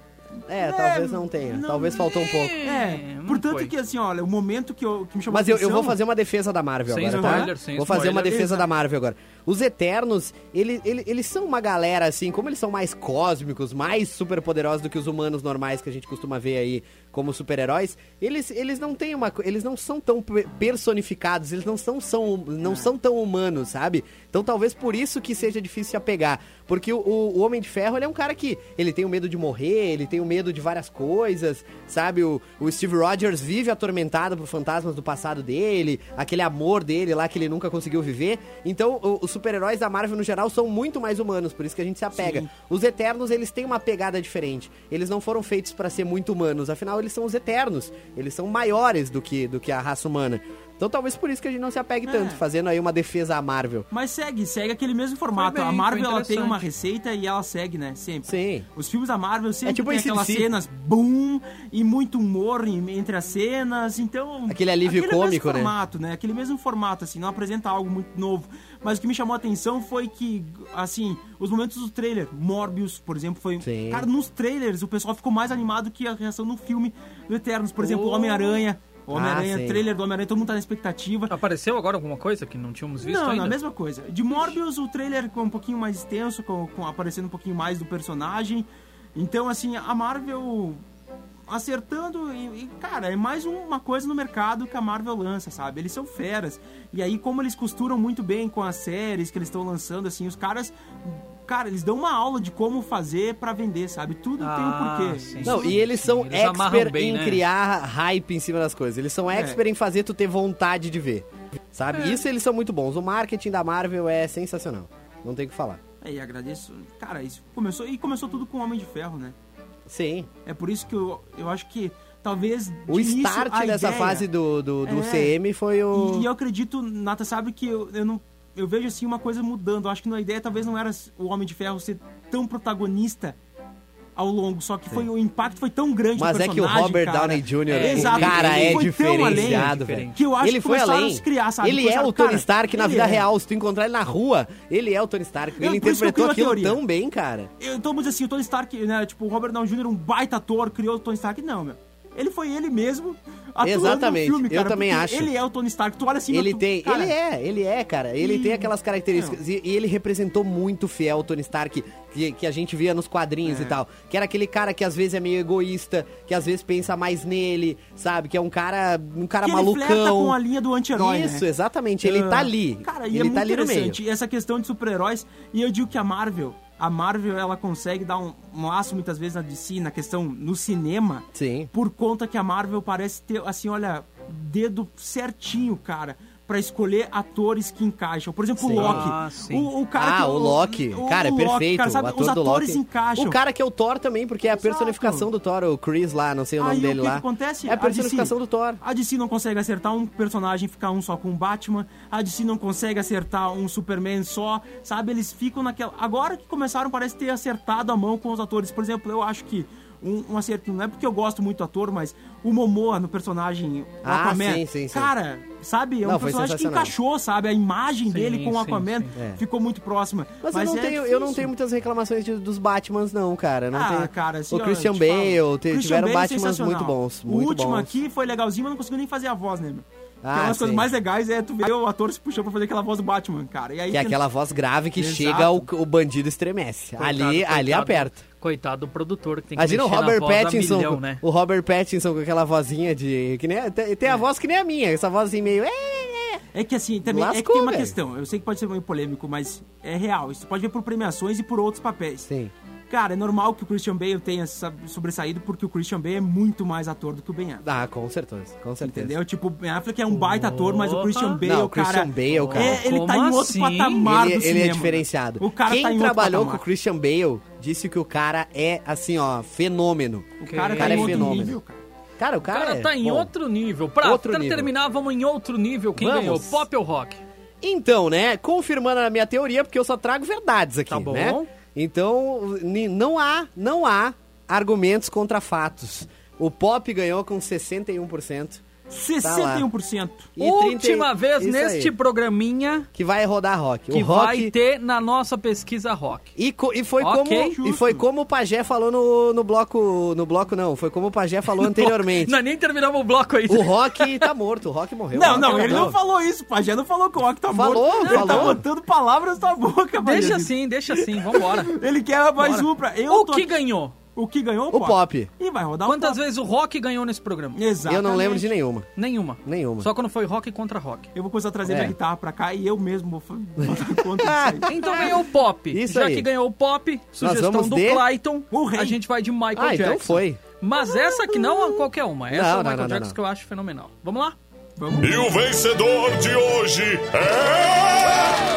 Speaker 6: É,
Speaker 5: É,
Speaker 6: talvez não tenha.
Speaker 5: não-
Speaker 6: Talvez faltou um pouco.
Speaker 5: É,
Speaker 4: não
Speaker 5: portanto
Speaker 4: foi.
Speaker 5: que assim, olha, o momento que, eu, que me chamou
Speaker 6: Mas
Speaker 5: a
Speaker 6: eu, eu
Speaker 5: atenção-
Speaker 6: vou fazer uma defesa da Marvel
Speaker 4: Sem
Speaker 6: agora,
Speaker 4: spoiler,
Speaker 6: tá?
Speaker 4: sem
Speaker 6: vou fazer uma
Speaker 4: spoiler.
Speaker 6: defesa da Marvel agora. Os Eternos, ele, ele- eles são uma galera, assim, como eles são mais cósmicos, mais superpoderosos do que os humanos normais que a gente costuma ver aí como super-heróis, eles, eles não têm uma... co- Eles não são tão pe- personificados, eles não são, são, não são tão humanos, sabe? Então talvez por isso que seja difícil se apegar. Porque o, o- o Homem de Ferro, ele é um cara que... Ele tem o medo de morrer, ele tem o medo de várias coisas, sabe? O, o Steve Rogers vive atormentado por fantasmas do passado dele, aquele amor dele lá que ele nunca conseguiu viver. Então, o- os super-heróis da Marvel, no geral, são muito mais humanos, por isso que a gente se apega. Os Eternos, eles têm uma pegada diferente. Eles não foram feitos pra ser muito humanos, afinal, eles são os Eternos. Eles são maiores do que, do que a raça humana. Então talvez por isso que a gente não se apegue tanto, fazendo aí uma defesa à Marvel.
Speaker 5: Mas segue, segue aquele mesmo formato.
Speaker 4: Foi bem,
Speaker 5: a Marvel
Speaker 4: foi
Speaker 5: ela tem
Speaker 4: interessante.
Speaker 5: uma receita e ela segue, né? Sempre.
Speaker 6: Sim.
Speaker 5: Os filmes da Marvel sempre
Speaker 6: É tipo
Speaker 5: tem
Speaker 6: esse
Speaker 5: aquelas
Speaker 6: DC.
Speaker 5: cenas boom e muito humor em- entre as cenas, então...
Speaker 6: Aquele alívio cômico, né?
Speaker 5: mesmo formato, né? Aquele mesmo formato, assim, não apresenta algo muito novo. Mas o que me chamou a atenção foi que, assim, os momentos do trailer, Morbius, por exemplo, foi...
Speaker 6: Sim.
Speaker 5: Cara, nos trailers o pessoal ficou mais animado que a reação no filme do Eternos. Por exemplo, Homem-Aranha. Homem-Aranha,
Speaker 6: Oh. Ah, sim.
Speaker 5: trailer do Homem-Aranha, todo mundo tá na expectativa.
Speaker 4: Apareceu agora alguma coisa que não tínhamos visto
Speaker 5: Não,
Speaker 4: ainda?
Speaker 5: não, a mesma coisa. De Morbius, o trailer ficou um pouquinho mais extenso, com, com- aparecendo um pouquinho mais do personagem. Então, assim, a Marvel acertando e, e, cara, é mais um- uma coisa no mercado que a Marvel lança, sabe? Eles são feras. E aí, como eles costuram muito bem com as séries que eles estão lançando, assim, os caras... Cara, eles dão uma aula de como fazer pra vender, sabe? Tudo
Speaker 4: Ah,
Speaker 5: tem um porquê.
Speaker 4: sim.
Speaker 5: Isso-
Speaker 6: Não, e eles são
Speaker 4: Eles amarram
Speaker 6: expert
Speaker 4: bem,
Speaker 6: em
Speaker 4: né?
Speaker 6: criar hype em cima das coisas. Eles
Speaker 5: É.
Speaker 6: são expert em fazer tu ter vontade de ver. Sabe? Isso eles são muito bons. O marketing da Marvel é sensacional. Não tem o que falar.
Speaker 5: Aí, é, agradeço. Cara, isso começou... E começou tudo com o Homem de Ferro, né?
Speaker 6: Sim.
Speaker 5: É por isso que eu, eu acho que talvez.
Speaker 6: O
Speaker 5: de início,
Speaker 6: start
Speaker 5: a
Speaker 6: dessa
Speaker 5: ideia-
Speaker 6: fase do, do, do
Speaker 5: É.
Speaker 6: CM foi o.
Speaker 5: E, e eu acredito, Nata, sabe que eu, eu não. Eu vejo assim uma coisa mudando. Eu acho que na ideia talvez não era o Homem de Ferro ser tão protagonista ao longo, só que foi, o impacto foi tão grande
Speaker 6: Mas
Speaker 5: no
Speaker 6: é que o
Speaker 5: personagem,
Speaker 6: Robert
Speaker 5: cara.
Speaker 6: Downey Jr.,
Speaker 5: É,
Speaker 6: o
Speaker 5: exato.
Speaker 6: cara
Speaker 5: Ele
Speaker 6: é
Speaker 5: foi tão além
Speaker 6: diferenciado,
Speaker 4: diferente.
Speaker 6: velho.
Speaker 5: que eu acho
Speaker 6: ele
Speaker 5: que
Speaker 6: foi
Speaker 5: começaram a
Speaker 6: além.
Speaker 5: se criar, sabe?
Speaker 6: Ele é
Speaker 5: Começaram-
Speaker 6: o Tony
Speaker 5: cara,
Speaker 6: Stark na
Speaker 5: ele
Speaker 6: vida
Speaker 5: é.
Speaker 6: real. Se tu encontrar ele na rua, ele é o Tony Stark.
Speaker 5: Eu-
Speaker 6: ele
Speaker 5: por isso que eu
Speaker 6: interpretou
Speaker 5: crio a
Speaker 6: aquilo
Speaker 5: teoria.
Speaker 6: tão bem, cara.
Speaker 5: Eu, então, vamos dizer assim, o Tony Stark, né? Tipo, o Robert Downey Jr., um baita ator, criou o Tony Stark. Não, meu. Ele foi ele mesmo atuando
Speaker 6: Exatamente.
Speaker 5: no filme,
Speaker 6: Eu
Speaker 5: cara.
Speaker 6: também
Speaker 5: porque
Speaker 6: acho.
Speaker 5: Ele é o Tony Stark. Tu olha assim...
Speaker 6: Ele
Speaker 5: tu-
Speaker 6: tem,
Speaker 5: cara,
Speaker 6: ele é, ele é, cara. Ele
Speaker 5: E-
Speaker 6: tem aquelas características e, e ele representou muito fiel o Tony Stark que, que a gente via nos quadrinhos
Speaker 5: É.
Speaker 6: e tal. Que era aquele cara que às vezes é meio egoísta, que às vezes pensa mais nele, sabe? Que é um cara, um cara
Speaker 5: que
Speaker 6: malucão.
Speaker 5: Ele fleta com a linha do anti-herói, né?
Speaker 6: Isso, exatamente. Ele
Speaker 5: Ah,
Speaker 6: tá ali.
Speaker 5: Cara, e
Speaker 6: ele
Speaker 5: é muito
Speaker 6: tá ali no meio.
Speaker 5: interessante. E essa questão de super-heróis. E eu digo que a Marvel, a Marvel, ela consegue dar um, um laço muitas vezes na DC, na questão no cinema.
Speaker 6: Sim.
Speaker 5: Por conta que a Marvel parece ter, assim, olha, dedo certinho, cara. Pra escolher atores que encaixam. Por exemplo,
Speaker 6: Sim.
Speaker 5: o Loki.
Speaker 4: Ah, sim.
Speaker 5: o, o cara que-
Speaker 6: ah, o Loki. cara, é
Speaker 5: Loki,
Speaker 6: perfeito.
Speaker 5: cara, sabe?
Speaker 6: o
Speaker 5: Os
Speaker 6: ator do
Speaker 5: atores
Speaker 6: Loki.
Speaker 5: encaixam.
Speaker 6: O cara que é o Thor também, porque é a personificação do Thor, o Chris lá, não sei o nome
Speaker 5: Aí
Speaker 6: dele
Speaker 5: o que,
Speaker 6: lá.
Speaker 5: que acontece? Ah,
Speaker 6: É a personificação
Speaker 5: DC
Speaker 6: do Thor.
Speaker 5: A DC não consegue acertar um personagem e ficar um só com o Batman. A DC não consegue acertar um Superman só, sabe? Eles ficam naquela. Agora que começaram, parece ter acertado a mão com os atores. Por exemplo, eu acho que um, um acerto. Não é porque eu gosto muito do ator, mas o Momoa no personagem
Speaker 6: Ah,
Speaker 5: Aquaman.
Speaker 6: sim, sim, sim.
Speaker 5: Cara, sabe? É um
Speaker 6: Não, foi
Speaker 5: personagem que
Speaker 6: sensacional.
Speaker 5: encaixou, sabe? A imagem dele com o
Speaker 4: sim,
Speaker 5: Aquaman
Speaker 4: sim.
Speaker 6: É.
Speaker 5: ficou muito próxima.
Speaker 6: Mas, eu, não
Speaker 5: é
Speaker 6: tenho, eu não
Speaker 5: difícil.
Speaker 6: tenho muitas reclamações de- dos Batmans, não, cara. Não
Speaker 5: Ah,
Speaker 6: tenho...
Speaker 5: cara, assim,
Speaker 6: O
Speaker 5: ó,
Speaker 6: Christian
Speaker 5: eu te falo.
Speaker 6: Bale, te-
Speaker 5: Christian
Speaker 6: tiveram
Speaker 5: Bale é
Speaker 6: Batmans
Speaker 5: sensacional.
Speaker 6: muito bons.
Speaker 5: o
Speaker 6: Muito
Speaker 5: último
Speaker 6: bons.
Speaker 5: aqui é foi legalzinho, mas não conseguiu nem fazer a voz, né, meu? Porque
Speaker 6: Ah,
Speaker 5: uma das
Speaker 6: sim.
Speaker 5: coisas mais legais é tu ver o ator se puxando pra fazer aquela voz do Batman, cara. E aí
Speaker 6: Que é
Speaker 5: tem-
Speaker 6: aquela voz grave que
Speaker 5: Exato.
Speaker 6: chega, o, o bandido estremece.
Speaker 4: Coitado,
Speaker 6: ali
Speaker 4: coitado.
Speaker 6: ali aperta.
Speaker 4: Coitado do produtor que tem que
Speaker 6: Imagina o
Speaker 4: mexer na
Speaker 6: Robert
Speaker 4: voz a
Speaker 6: Pattinson.
Speaker 4: milhão,
Speaker 6: com-
Speaker 4: né?
Speaker 6: O Robert Pattinson com aquela vozinha de. Que nem, tem tem a voz que nem a minha, essa voz assim meio. "É, é, é".
Speaker 5: É que assim, também é que
Speaker 6: Lascou,
Speaker 5: tem uma
Speaker 6: velho.
Speaker 5: questão. Eu sei que pode ser meio polêmico, mas é real. Isso pode ver por premiações e por outros papéis.
Speaker 6: Sim.
Speaker 5: Cara, é normal que o Christian Bale tenha sabe, sobressaído, porque o Christian Bale é muito mais ator do que o Ben Affleck.
Speaker 6: Ah, com certeza, com certeza.
Speaker 5: Entendeu? Tipo, o Ben Affleck é um baita ator, mas o Christian Bale,
Speaker 6: Não, o
Speaker 5: cara...
Speaker 6: Christian Bale, cara.
Speaker 5: É, ele
Speaker 4: Como
Speaker 5: tá em outro
Speaker 4: assim?
Speaker 5: patamar do
Speaker 6: Ele, ele
Speaker 5: cinema. né?
Speaker 6: é diferenciado.
Speaker 5: O cara
Speaker 6: Quem
Speaker 5: tá em outro
Speaker 6: trabalhou com
Speaker 5: patamar.
Speaker 6: o Christian Bale disse que o cara é, assim, ó, fenômeno.
Speaker 5: O cara,
Speaker 6: O
Speaker 5: tá
Speaker 6: cara
Speaker 5: em
Speaker 6: é
Speaker 5: outro
Speaker 6: fenômeno.
Speaker 5: nível, cara.
Speaker 6: Cara, o
Speaker 4: O
Speaker 6: cara,
Speaker 4: cara
Speaker 6: é
Speaker 4: tá em
Speaker 6: bom.
Speaker 4: outro nível. Pra
Speaker 6: Outro
Speaker 4: pra
Speaker 6: nível.
Speaker 4: terminar, vamos em outro nível. Quem
Speaker 6: Vamos.
Speaker 4: ganhou? Pop ou rock?
Speaker 6: Então, né, confirmando a minha teoria, porque eu só trago verdades aqui,
Speaker 4: Tá bom.
Speaker 6: né? Então, ni- não há, não há argumentos contra fatos. O Pop ganhou com 61%.
Speaker 5: 61%.
Speaker 6: e 30
Speaker 4: Última
Speaker 6: e-
Speaker 4: vez
Speaker 6: isso
Speaker 4: neste
Speaker 6: aí,
Speaker 4: programinha
Speaker 6: que vai rodar rock.
Speaker 4: que
Speaker 6: o rock
Speaker 4: vai ter na nossa pesquisa rock.
Speaker 6: E, co- e foi
Speaker 4: Ok,
Speaker 6: como e
Speaker 5: justo.
Speaker 6: foi como o Pajé falou no, no bloco no bloco não, foi como o Pajé
Speaker 4: <laughs>
Speaker 6: falou anteriormente.
Speaker 4: Nós é nem terminamos o bloco aí.
Speaker 6: O Rock tá morto, o Rock morreu.
Speaker 5: Não,
Speaker 6: O
Speaker 5: não,
Speaker 6: Rock tá
Speaker 5: ele não
Speaker 6: morreu.
Speaker 5: falou isso, Pajé não falou que o Rock tá
Speaker 6: Falou,
Speaker 5: morto. Ele tá
Speaker 6: falou.
Speaker 5: botando palavras na boca, Pajé.
Speaker 4: <laughs> Deixa assim, deixa assim,
Speaker 6: <laughs>
Speaker 4: vambora.
Speaker 5: Ele quer mais
Speaker 4: Bora.
Speaker 5: um pra... Eu
Speaker 4: o
Speaker 5: tô
Speaker 4: que
Speaker 5: aqui-
Speaker 4: ganhou?
Speaker 5: O que ganhou?
Speaker 6: O Pop.
Speaker 5: E vai rodar
Speaker 4: Quantas
Speaker 5: o
Speaker 6: tá.
Speaker 5: pop.
Speaker 4: vezes o rock ganhou nesse programa?
Speaker 5: Exatamente.
Speaker 6: Eu não lembro de nenhuma.
Speaker 4: Nenhuma.
Speaker 6: Nenhuma.
Speaker 4: Só quando foi rock contra
Speaker 6: <laughs>
Speaker 4: rock.
Speaker 5: Eu vou começar a trazer
Speaker 6: É.
Speaker 5: minha guitarra pra cá e eu mesmo vou
Speaker 6: <laughs>
Speaker 5: fa- fazer conta disso aí.
Speaker 4: Então ganhou o pop.
Speaker 6: Isso
Speaker 4: Já
Speaker 6: aí.
Speaker 4: que ganhou o pop, sugestão
Speaker 6: vamos
Speaker 4: do
Speaker 6: de-
Speaker 4: Clayton,
Speaker 5: O rei.
Speaker 4: a gente vai de Michael
Speaker 6: Ah,
Speaker 4: Jackson.
Speaker 6: então foi.
Speaker 4: Mas essa aqui não é qualquer uma. Essa
Speaker 6: Não,
Speaker 4: é o
Speaker 6: não,
Speaker 4: Michael
Speaker 6: não, não,
Speaker 4: Jackson
Speaker 6: não.
Speaker 4: que eu acho fenomenal. Vamos lá?
Speaker 5: Vamos.
Speaker 1: E o vencedor de hoje é.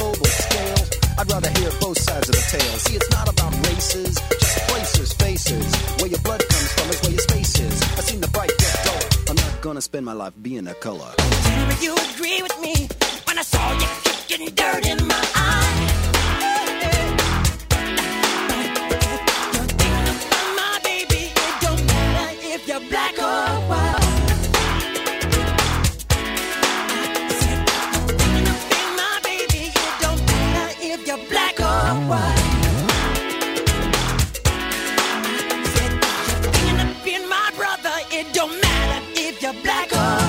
Speaker 10: I'd rather hear both sides of the tale. See, it's not about races, just places, faces. Where your blood comes from is where your space is. I've seen the bright get dull. I'm not gonna spend my life being a color.
Speaker 11: Tell me you agree with me when I saw you kicking dirt in my eye. You're thinking about my baby. It don't matter if you're black or white. You're thinking about my baby. It don't matter if you're black or white. You're thinking about my brother. It don't matter if you're black or white.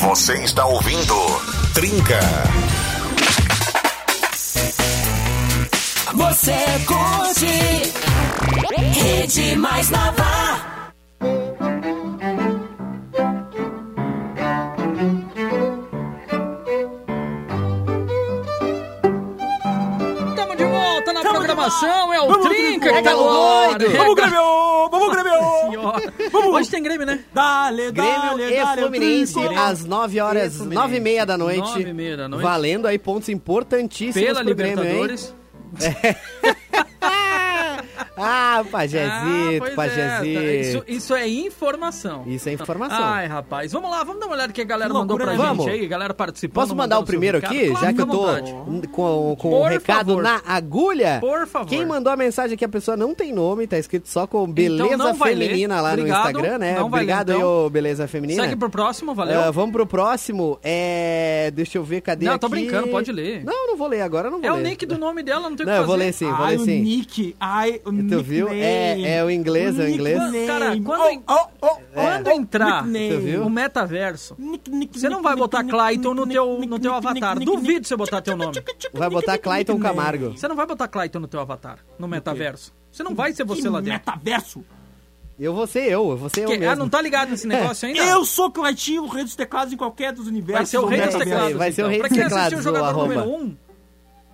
Speaker 1: Você está ouvindo Trinca.
Speaker 11: Você curte Rede Mais Nova.
Speaker 4: Tamo de volta na programação, é o
Speaker 5: Vamos,
Speaker 4: Trinca
Speaker 5: Grêmio!
Speaker 4: que tá
Speaker 5: Pega
Speaker 4: no ar.
Speaker 6: <laughs> doido!
Speaker 5: Vamos, Grêmio! Vamos,
Speaker 6: <laughs>
Speaker 5: Grêmio!
Speaker 4: Senhora.
Speaker 5: Vamos.
Speaker 4: Hoje tem Grêmio, né?
Speaker 5: Dale,
Speaker 6: Grêmio
Speaker 5: dale,
Speaker 6: e
Speaker 5: dale.
Speaker 6: Fluminense
Speaker 5: Trinco.
Speaker 6: às 9
Speaker 4: E
Speaker 6: horas,
Speaker 4: Fluminense.
Speaker 6: 9 e meia da noite.
Speaker 4: 9 e meia da noite.
Speaker 6: Valendo aí pontos importantíssimos
Speaker 4: Pela
Speaker 6: pro Grêmio, hein?
Speaker 4: Libertadores.
Speaker 6: <laughs> Ah, pajezito,
Speaker 4: pois é,
Speaker 6: pajezito.
Speaker 4: tá. isso, isso é informação.
Speaker 6: Isso é informação.
Speaker 4: Ai, rapaz. Vamos lá, vamos dar uma olhada que a galera
Speaker 5: Que
Speaker 4: mandou
Speaker 5: loucura,
Speaker 4: pra
Speaker 6: né?
Speaker 4: gente
Speaker 6: Vamos.
Speaker 4: aí, galera participando.
Speaker 6: Posso mandar
Speaker 4: mandando
Speaker 6: o primeiro
Speaker 4: seu
Speaker 6: aqui,
Speaker 4: recado. Claro,
Speaker 6: já que eu
Speaker 4: fica à
Speaker 6: tô
Speaker 4: vontade.
Speaker 6: com, com o
Speaker 4: Por
Speaker 6: recado
Speaker 4: favor.
Speaker 6: na agulha?
Speaker 4: Por favor. Então
Speaker 6: Quem mandou a mensagem aqui, a pessoa não tem nome, tá escrito só com Beleza
Speaker 4: não vai ler.
Speaker 6: Feminina lá
Speaker 4: Obrigado.
Speaker 6: no Instagram, né?
Speaker 4: Não vai ler,
Speaker 6: Obrigado aí,
Speaker 4: então.
Speaker 6: ô Beleza Feminina.
Speaker 4: Segue pro próximo, valeu.
Speaker 6: Ah, vamos pro próximo. É. Deixa eu ver, cadê
Speaker 4: Não, tô
Speaker 6: aqui?
Speaker 4: brincando, pode ler.
Speaker 6: Não, não vou ler agora, eu não vou
Speaker 4: é
Speaker 6: ler.
Speaker 4: o nick do nome dela, não tem o que
Speaker 6: Não, eu
Speaker 4: fazer.
Speaker 6: vou ler sim, vou
Speaker 5: Ai,
Speaker 6: ler
Speaker 5: o
Speaker 6: sim.
Speaker 5: Nick. Ai, o
Speaker 6: Tu viu?
Speaker 5: nickname.
Speaker 6: É- é o inglês, é o inglês.
Speaker 5: nickname.
Speaker 4: Cara, quando-
Speaker 5: Oh, oh, oh,
Speaker 4: Quando
Speaker 5: oh,
Speaker 4: entrar
Speaker 5: nickname.
Speaker 6: Tu viu?
Speaker 4: o metaverso,
Speaker 5: Nick, nick,
Speaker 4: você não
Speaker 5: nick,
Speaker 4: vai
Speaker 5: nick,
Speaker 4: botar
Speaker 5: nick,
Speaker 4: Clayton no
Speaker 5: nick,
Speaker 4: teu,
Speaker 5: nick,
Speaker 4: no teu
Speaker 5: nick,
Speaker 4: avatar.
Speaker 5: nick, nick,
Speaker 4: Duvido você botar teu nome.
Speaker 6: Vai botar Clayton Camargo.
Speaker 4: Você não vai botar Clayton no teu avatar, no metaverso. Você não vai ser você
Speaker 5: Que
Speaker 4: lá dentro.
Speaker 5: Metaverso.
Speaker 6: Eu vou ser eu, eu vou ser eu
Speaker 4: Que-
Speaker 6: mesmo.
Speaker 4: ah, não tá ligado nesse negócio ainda?
Speaker 5: É. Eu sou Claytinho, o rei dos teclados em qualquer dos universos.
Speaker 4: Vai ser o rei dos
Speaker 6: Vai ser-
Speaker 4: teclados.
Speaker 6: vai ser o
Speaker 4: então.
Speaker 6: rei
Speaker 4: pra
Speaker 6: dos
Speaker 4: quem assistiu o
Speaker 6: teclados,
Speaker 4: jogador
Speaker 6: o
Speaker 4: número
Speaker 6: arroba.
Speaker 4: 1,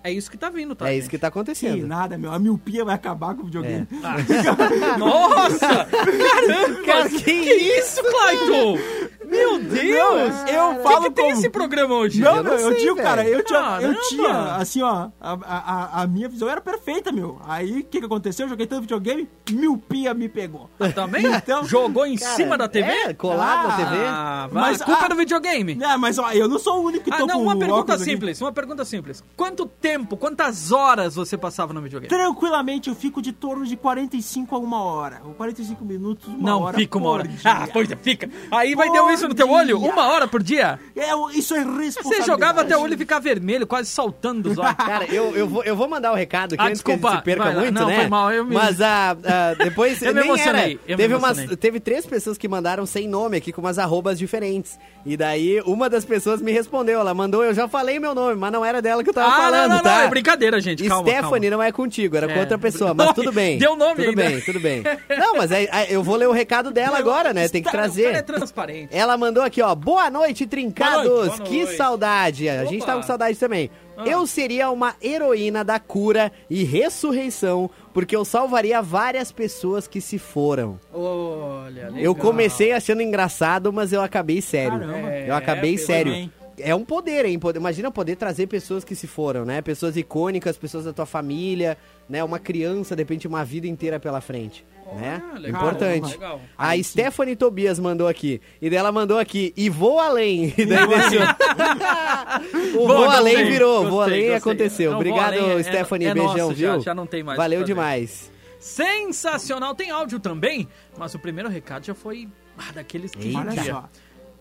Speaker 4: é isso que tá vindo, tá?
Speaker 6: É isso que tá acontecendo.
Speaker 5: Que nada, meu. A miopia vai acabar com o videogame.
Speaker 6: É.
Speaker 5: Tá.
Speaker 4: <laughs>
Speaker 5: <laughs>
Speaker 4: Nossa! Caramba!
Speaker 6: que
Speaker 4: Que, isso, Clayton? Meu Deus!
Speaker 5: eu
Speaker 4: O
Speaker 5: falo
Speaker 4: que, que tem
Speaker 5: como-
Speaker 4: esse programa hoje?
Speaker 5: Não,
Speaker 6: Eu
Speaker 5: eu,
Speaker 6: não
Speaker 5: não, eu
Speaker 6: sei,
Speaker 5: tinha,
Speaker 6: velho.
Speaker 5: cara, eu tinha,
Speaker 4: Caramba.
Speaker 5: eu tinha, assim, ó, a, a, a- a minha visão era perfeita, meu. Aí, o que que aconteceu? Eu joguei tanto videogame, miopia me pegou.
Speaker 4: Também?
Speaker 5: Então-
Speaker 4: Jogou em
Speaker 6: Cara,
Speaker 4: cima da TV?
Speaker 6: É, colado na TV.
Speaker 4: Ah, vai.
Speaker 5: Mas,
Speaker 4: Mas, culpa
Speaker 5: ah,
Speaker 4: do videogame.
Speaker 5: Ah, mas ó, eu não sou o único que
Speaker 4: Ah,
Speaker 5: tô
Speaker 4: não,
Speaker 5: com
Speaker 4: uma
Speaker 5: o
Speaker 4: pergunta
Speaker 5: óculos aqui.
Speaker 4: simples, uma pergunta simples. Quanto tempo, quantas horas você passava no videogame?
Speaker 5: Tranquilamente, eu fico de torno de 45 a uma hora. Ou 45 minutos, uma
Speaker 4: Não,
Speaker 5: hora.
Speaker 4: fica uma
Speaker 5: por
Speaker 4: hora.
Speaker 5: dia.
Speaker 4: Ah, pois é, fica. Aí vai
Speaker 5: Por
Speaker 4: deu isso no teu olho?
Speaker 5: dia.
Speaker 4: Uma hora por dia?
Speaker 5: É, isso é responsabilidade.
Speaker 4: Você jogava até o olho ficar vermelho, quase saltando
Speaker 6: <laughs>
Speaker 4: os olhos.
Speaker 6: Cara, eu, eu, vou, eu vou mandar o recado aqui
Speaker 4: Ah,
Speaker 6: antes que a
Speaker 4: desculpa.
Speaker 6: gente se perca
Speaker 4: Vai lá.
Speaker 6: muito,
Speaker 4: Não,
Speaker 6: né?
Speaker 4: foi mal, eu me-
Speaker 6: Mas ah, ah, depois.
Speaker 4: <laughs> Eu me
Speaker 6: nem era.
Speaker 4: emocionei, eu me
Speaker 6: teve,
Speaker 4: emocionei.
Speaker 6: Umas, teve três pessoas que mandaram sem nome aqui, com umas arrobas diferentes. E daí uma das pessoas me respondeu. Ela mandou, eu já falei meu nome, mas não era dela que eu tava
Speaker 4: Ah, não,
Speaker 6: falando,
Speaker 4: não, não,
Speaker 6: tá?
Speaker 4: é brincadeira, gente, calma,
Speaker 6: Stephanie
Speaker 4: calma.
Speaker 6: não é contigo, era
Speaker 4: É.
Speaker 6: com outra pessoa,
Speaker 4: <laughs>
Speaker 6: mas
Speaker 4: Nome,
Speaker 6: tudo bem.
Speaker 4: deu nome
Speaker 6: Tudo
Speaker 4: ainda.
Speaker 6: bem, tudo bem. Não, mas é- é- eu vou ler o recado dela agora, né? Tem que
Speaker 4: O cara é
Speaker 6: trazer.
Speaker 4: transparente.
Speaker 6: Ela mandou aqui, ó. Boa noite, trincados.
Speaker 4: Boa noite, boa
Speaker 6: Que
Speaker 4: noite.
Speaker 6: saudade. A gente
Speaker 4: Opa. Ah.
Speaker 6: tava com saudade também. Eu seria uma heroína da cura e ressurreição, porque eu salvaria várias pessoas que se foram.
Speaker 4: Olha,
Speaker 6: Eu
Speaker 4: legal.
Speaker 6: comecei achando engraçado, mas eu acabei sério.
Speaker 5: Caramba.
Speaker 6: Eu acabei
Speaker 4: É,
Speaker 6: sério.
Speaker 5: bem.
Speaker 6: É um poder, hein? Poder- Imagina poder trazer pessoas que se foram, né? Pessoas icônicas, pessoas da tua família, né? Uma criança, de repente, uma vida inteira pela frente. Né?
Speaker 4: legal,
Speaker 6: Importante.
Speaker 4: legal.
Speaker 6: A Stephanie Tobias mandou aqui. E dela mandou aqui, e vou além. <laughs> E daí desceu. <laughs>
Speaker 4: Boa,
Speaker 6: o vou
Speaker 4: gostei,
Speaker 6: além virou, vou
Speaker 4: gostei,
Speaker 6: além
Speaker 4: gostei.
Speaker 6: aconteceu.
Speaker 4: Não, vou
Speaker 6: Obrigado,
Speaker 4: além é-
Speaker 6: Stephanie.
Speaker 4: é nosso
Speaker 6: beijão,
Speaker 4: já,
Speaker 6: viu?
Speaker 4: já não tem mais o que
Speaker 6: Valeu
Speaker 4: fazer.
Speaker 6: demais.
Speaker 4: Sensacional. Tem áudio também, mas o primeiro recado já foi ah, daqueles que
Speaker 5: Olha
Speaker 4: judia.
Speaker 5: só.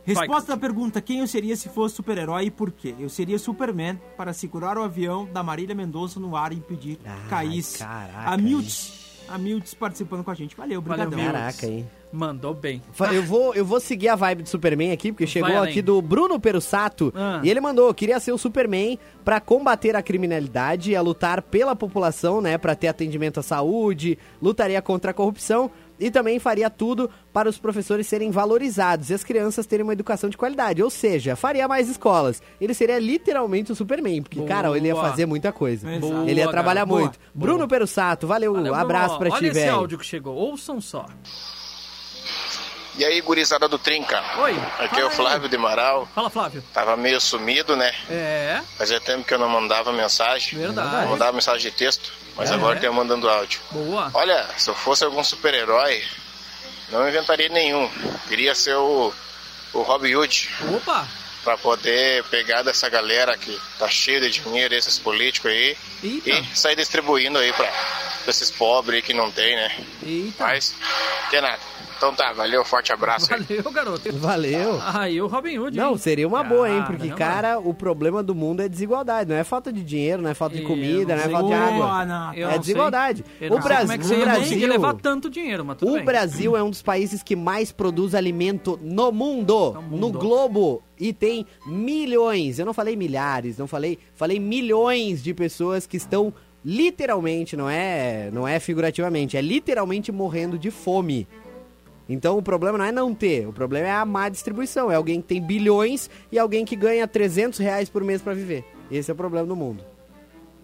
Speaker 5: Resposta da pergunta: quem eu seria se fosse super-herói e por quê? Eu seria Superman para segurar o avião da Marília Mendonça no ar e impedir que caísse.
Speaker 6: caraca,
Speaker 5: a Miltz, a Miltz participando com a gente. Valeu,
Speaker 4: Valeu,
Speaker 5: obrigadão.
Speaker 4: Miltz.
Speaker 6: Caraca, hein?
Speaker 4: Mandou bem.
Speaker 6: Fa- Eu vou, eu vou seguir a vibe do Superman aqui, porque chegou
Speaker 4: Ah. além.
Speaker 6: aqui do Bruno Perussato
Speaker 4: Ah.
Speaker 6: e ele mandou: queria ser o Superman pra combater a criminalidade e a lutar pela população, né? Pra ter atendimento à saúde, lutaria contra a corrupção e também faria tudo para os professores serem valorizados e as crianças terem uma educação de qualidade. Ou seja, faria mais escolas. Ele seria literalmente o Superman, porque, cara, ele ia
Speaker 4: Boa.
Speaker 6: fazer muita coisa.
Speaker 5: Exato.
Speaker 6: ele ia
Speaker 4: Boa,
Speaker 6: trabalhar
Speaker 4: cara, boa.
Speaker 6: muito. Bruno Perussato, valeu,
Speaker 4: Valeu, Bruno.
Speaker 6: Uh, abraço pra ti,
Speaker 4: Olha esse
Speaker 6: velho.
Speaker 4: áudio que chegou. Ouçam só.
Speaker 12: E aí, gurizada do Trinca?
Speaker 4: Oi.
Speaker 12: Aqui
Speaker 4: fala
Speaker 12: é o
Speaker 4: aí.
Speaker 12: Flávio de Amaral.
Speaker 4: Fala, Flávio.
Speaker 12: Tava meio sumido, né?
Speaker 4: É,
Speaker 12: Fazia tempo que eu não mandava mensagem.
Speaker 4: Verdade.
Speaker 12: Não mandava mensagem de texto, mas
Speaker 4: É,
Speaker 12: agora
Speaker 4: é.
Speaker 12: tenho mandando áudio.
Speaker 4: boa.
Speaker 12: Olha, se eu fosse algum super-herói, não inventaria nenhum. Queria ser o, o Robin Hood,
Speaker 4: Opa.
Speaker 12: pra poder pegar dessa galera que tá cheia de dinheiro, esses políticos aí,
Speaker 4: Eita.
Speaker 12: e sair distribuindo aí pra, pra esses pobres aí que não tem, né?
Speaker 4: Eita.
Speaker 12: Mas, que nada. Então tá, valeu, forte abraço. aí.
Speaker 4: Valeu, garoto.
Speaker 6: Valeu.
Speaker 4: Aí o Robin Hood.
Speaker 6: Não,
Speaker 4: hein? Ah,
Speaker 6: seria uma boa, hein? Porque,
Speaker 4: Caramba.
Speaker 6: cara, o problema do mundo é desigualdade. Não é falta de dinheiro, não é falta de
Speaker 4: Eu
Speaker 6: comida, não é
Speaker 4: sei.
Speaker 6: falta de
Speaker 5: Boa,
Speaker 6: água.
Speaker 5: Ana.
Speaker 4: Eu
Speaker 6: é
Speaker 4: não
Speaker 6: desigualdade.
Speaker 4: sei. Eu
Speaker 6: O
Speaker 4: não sei
Speaker 6: Brasil,
Speaker 4: Como é que você
Speaker 6: o
Speaker 4: ia
Speaker 6: Brasil,
Speaker 4: conseguir levar tanto dinheiro, mas tudo
Speaker 6: o
Speaker 4: bem.
Speaker 6: Brasil é um dos países que mais produz alimento no mundo, no,
Speaker 4: No mundo.
Speaker 6: globo. E tem milhões, eu não falei milhares, não falei, falei milhões de pessoas que estão literalmente, não é, não é figurativamente, é literalmente morrendo de fome. Então o problema não é não ter, o problema é a má distribuição. É alguém que tem bilhões e alguém que ganha 300 reais por mês pra viver. Esse é o problema do mundo.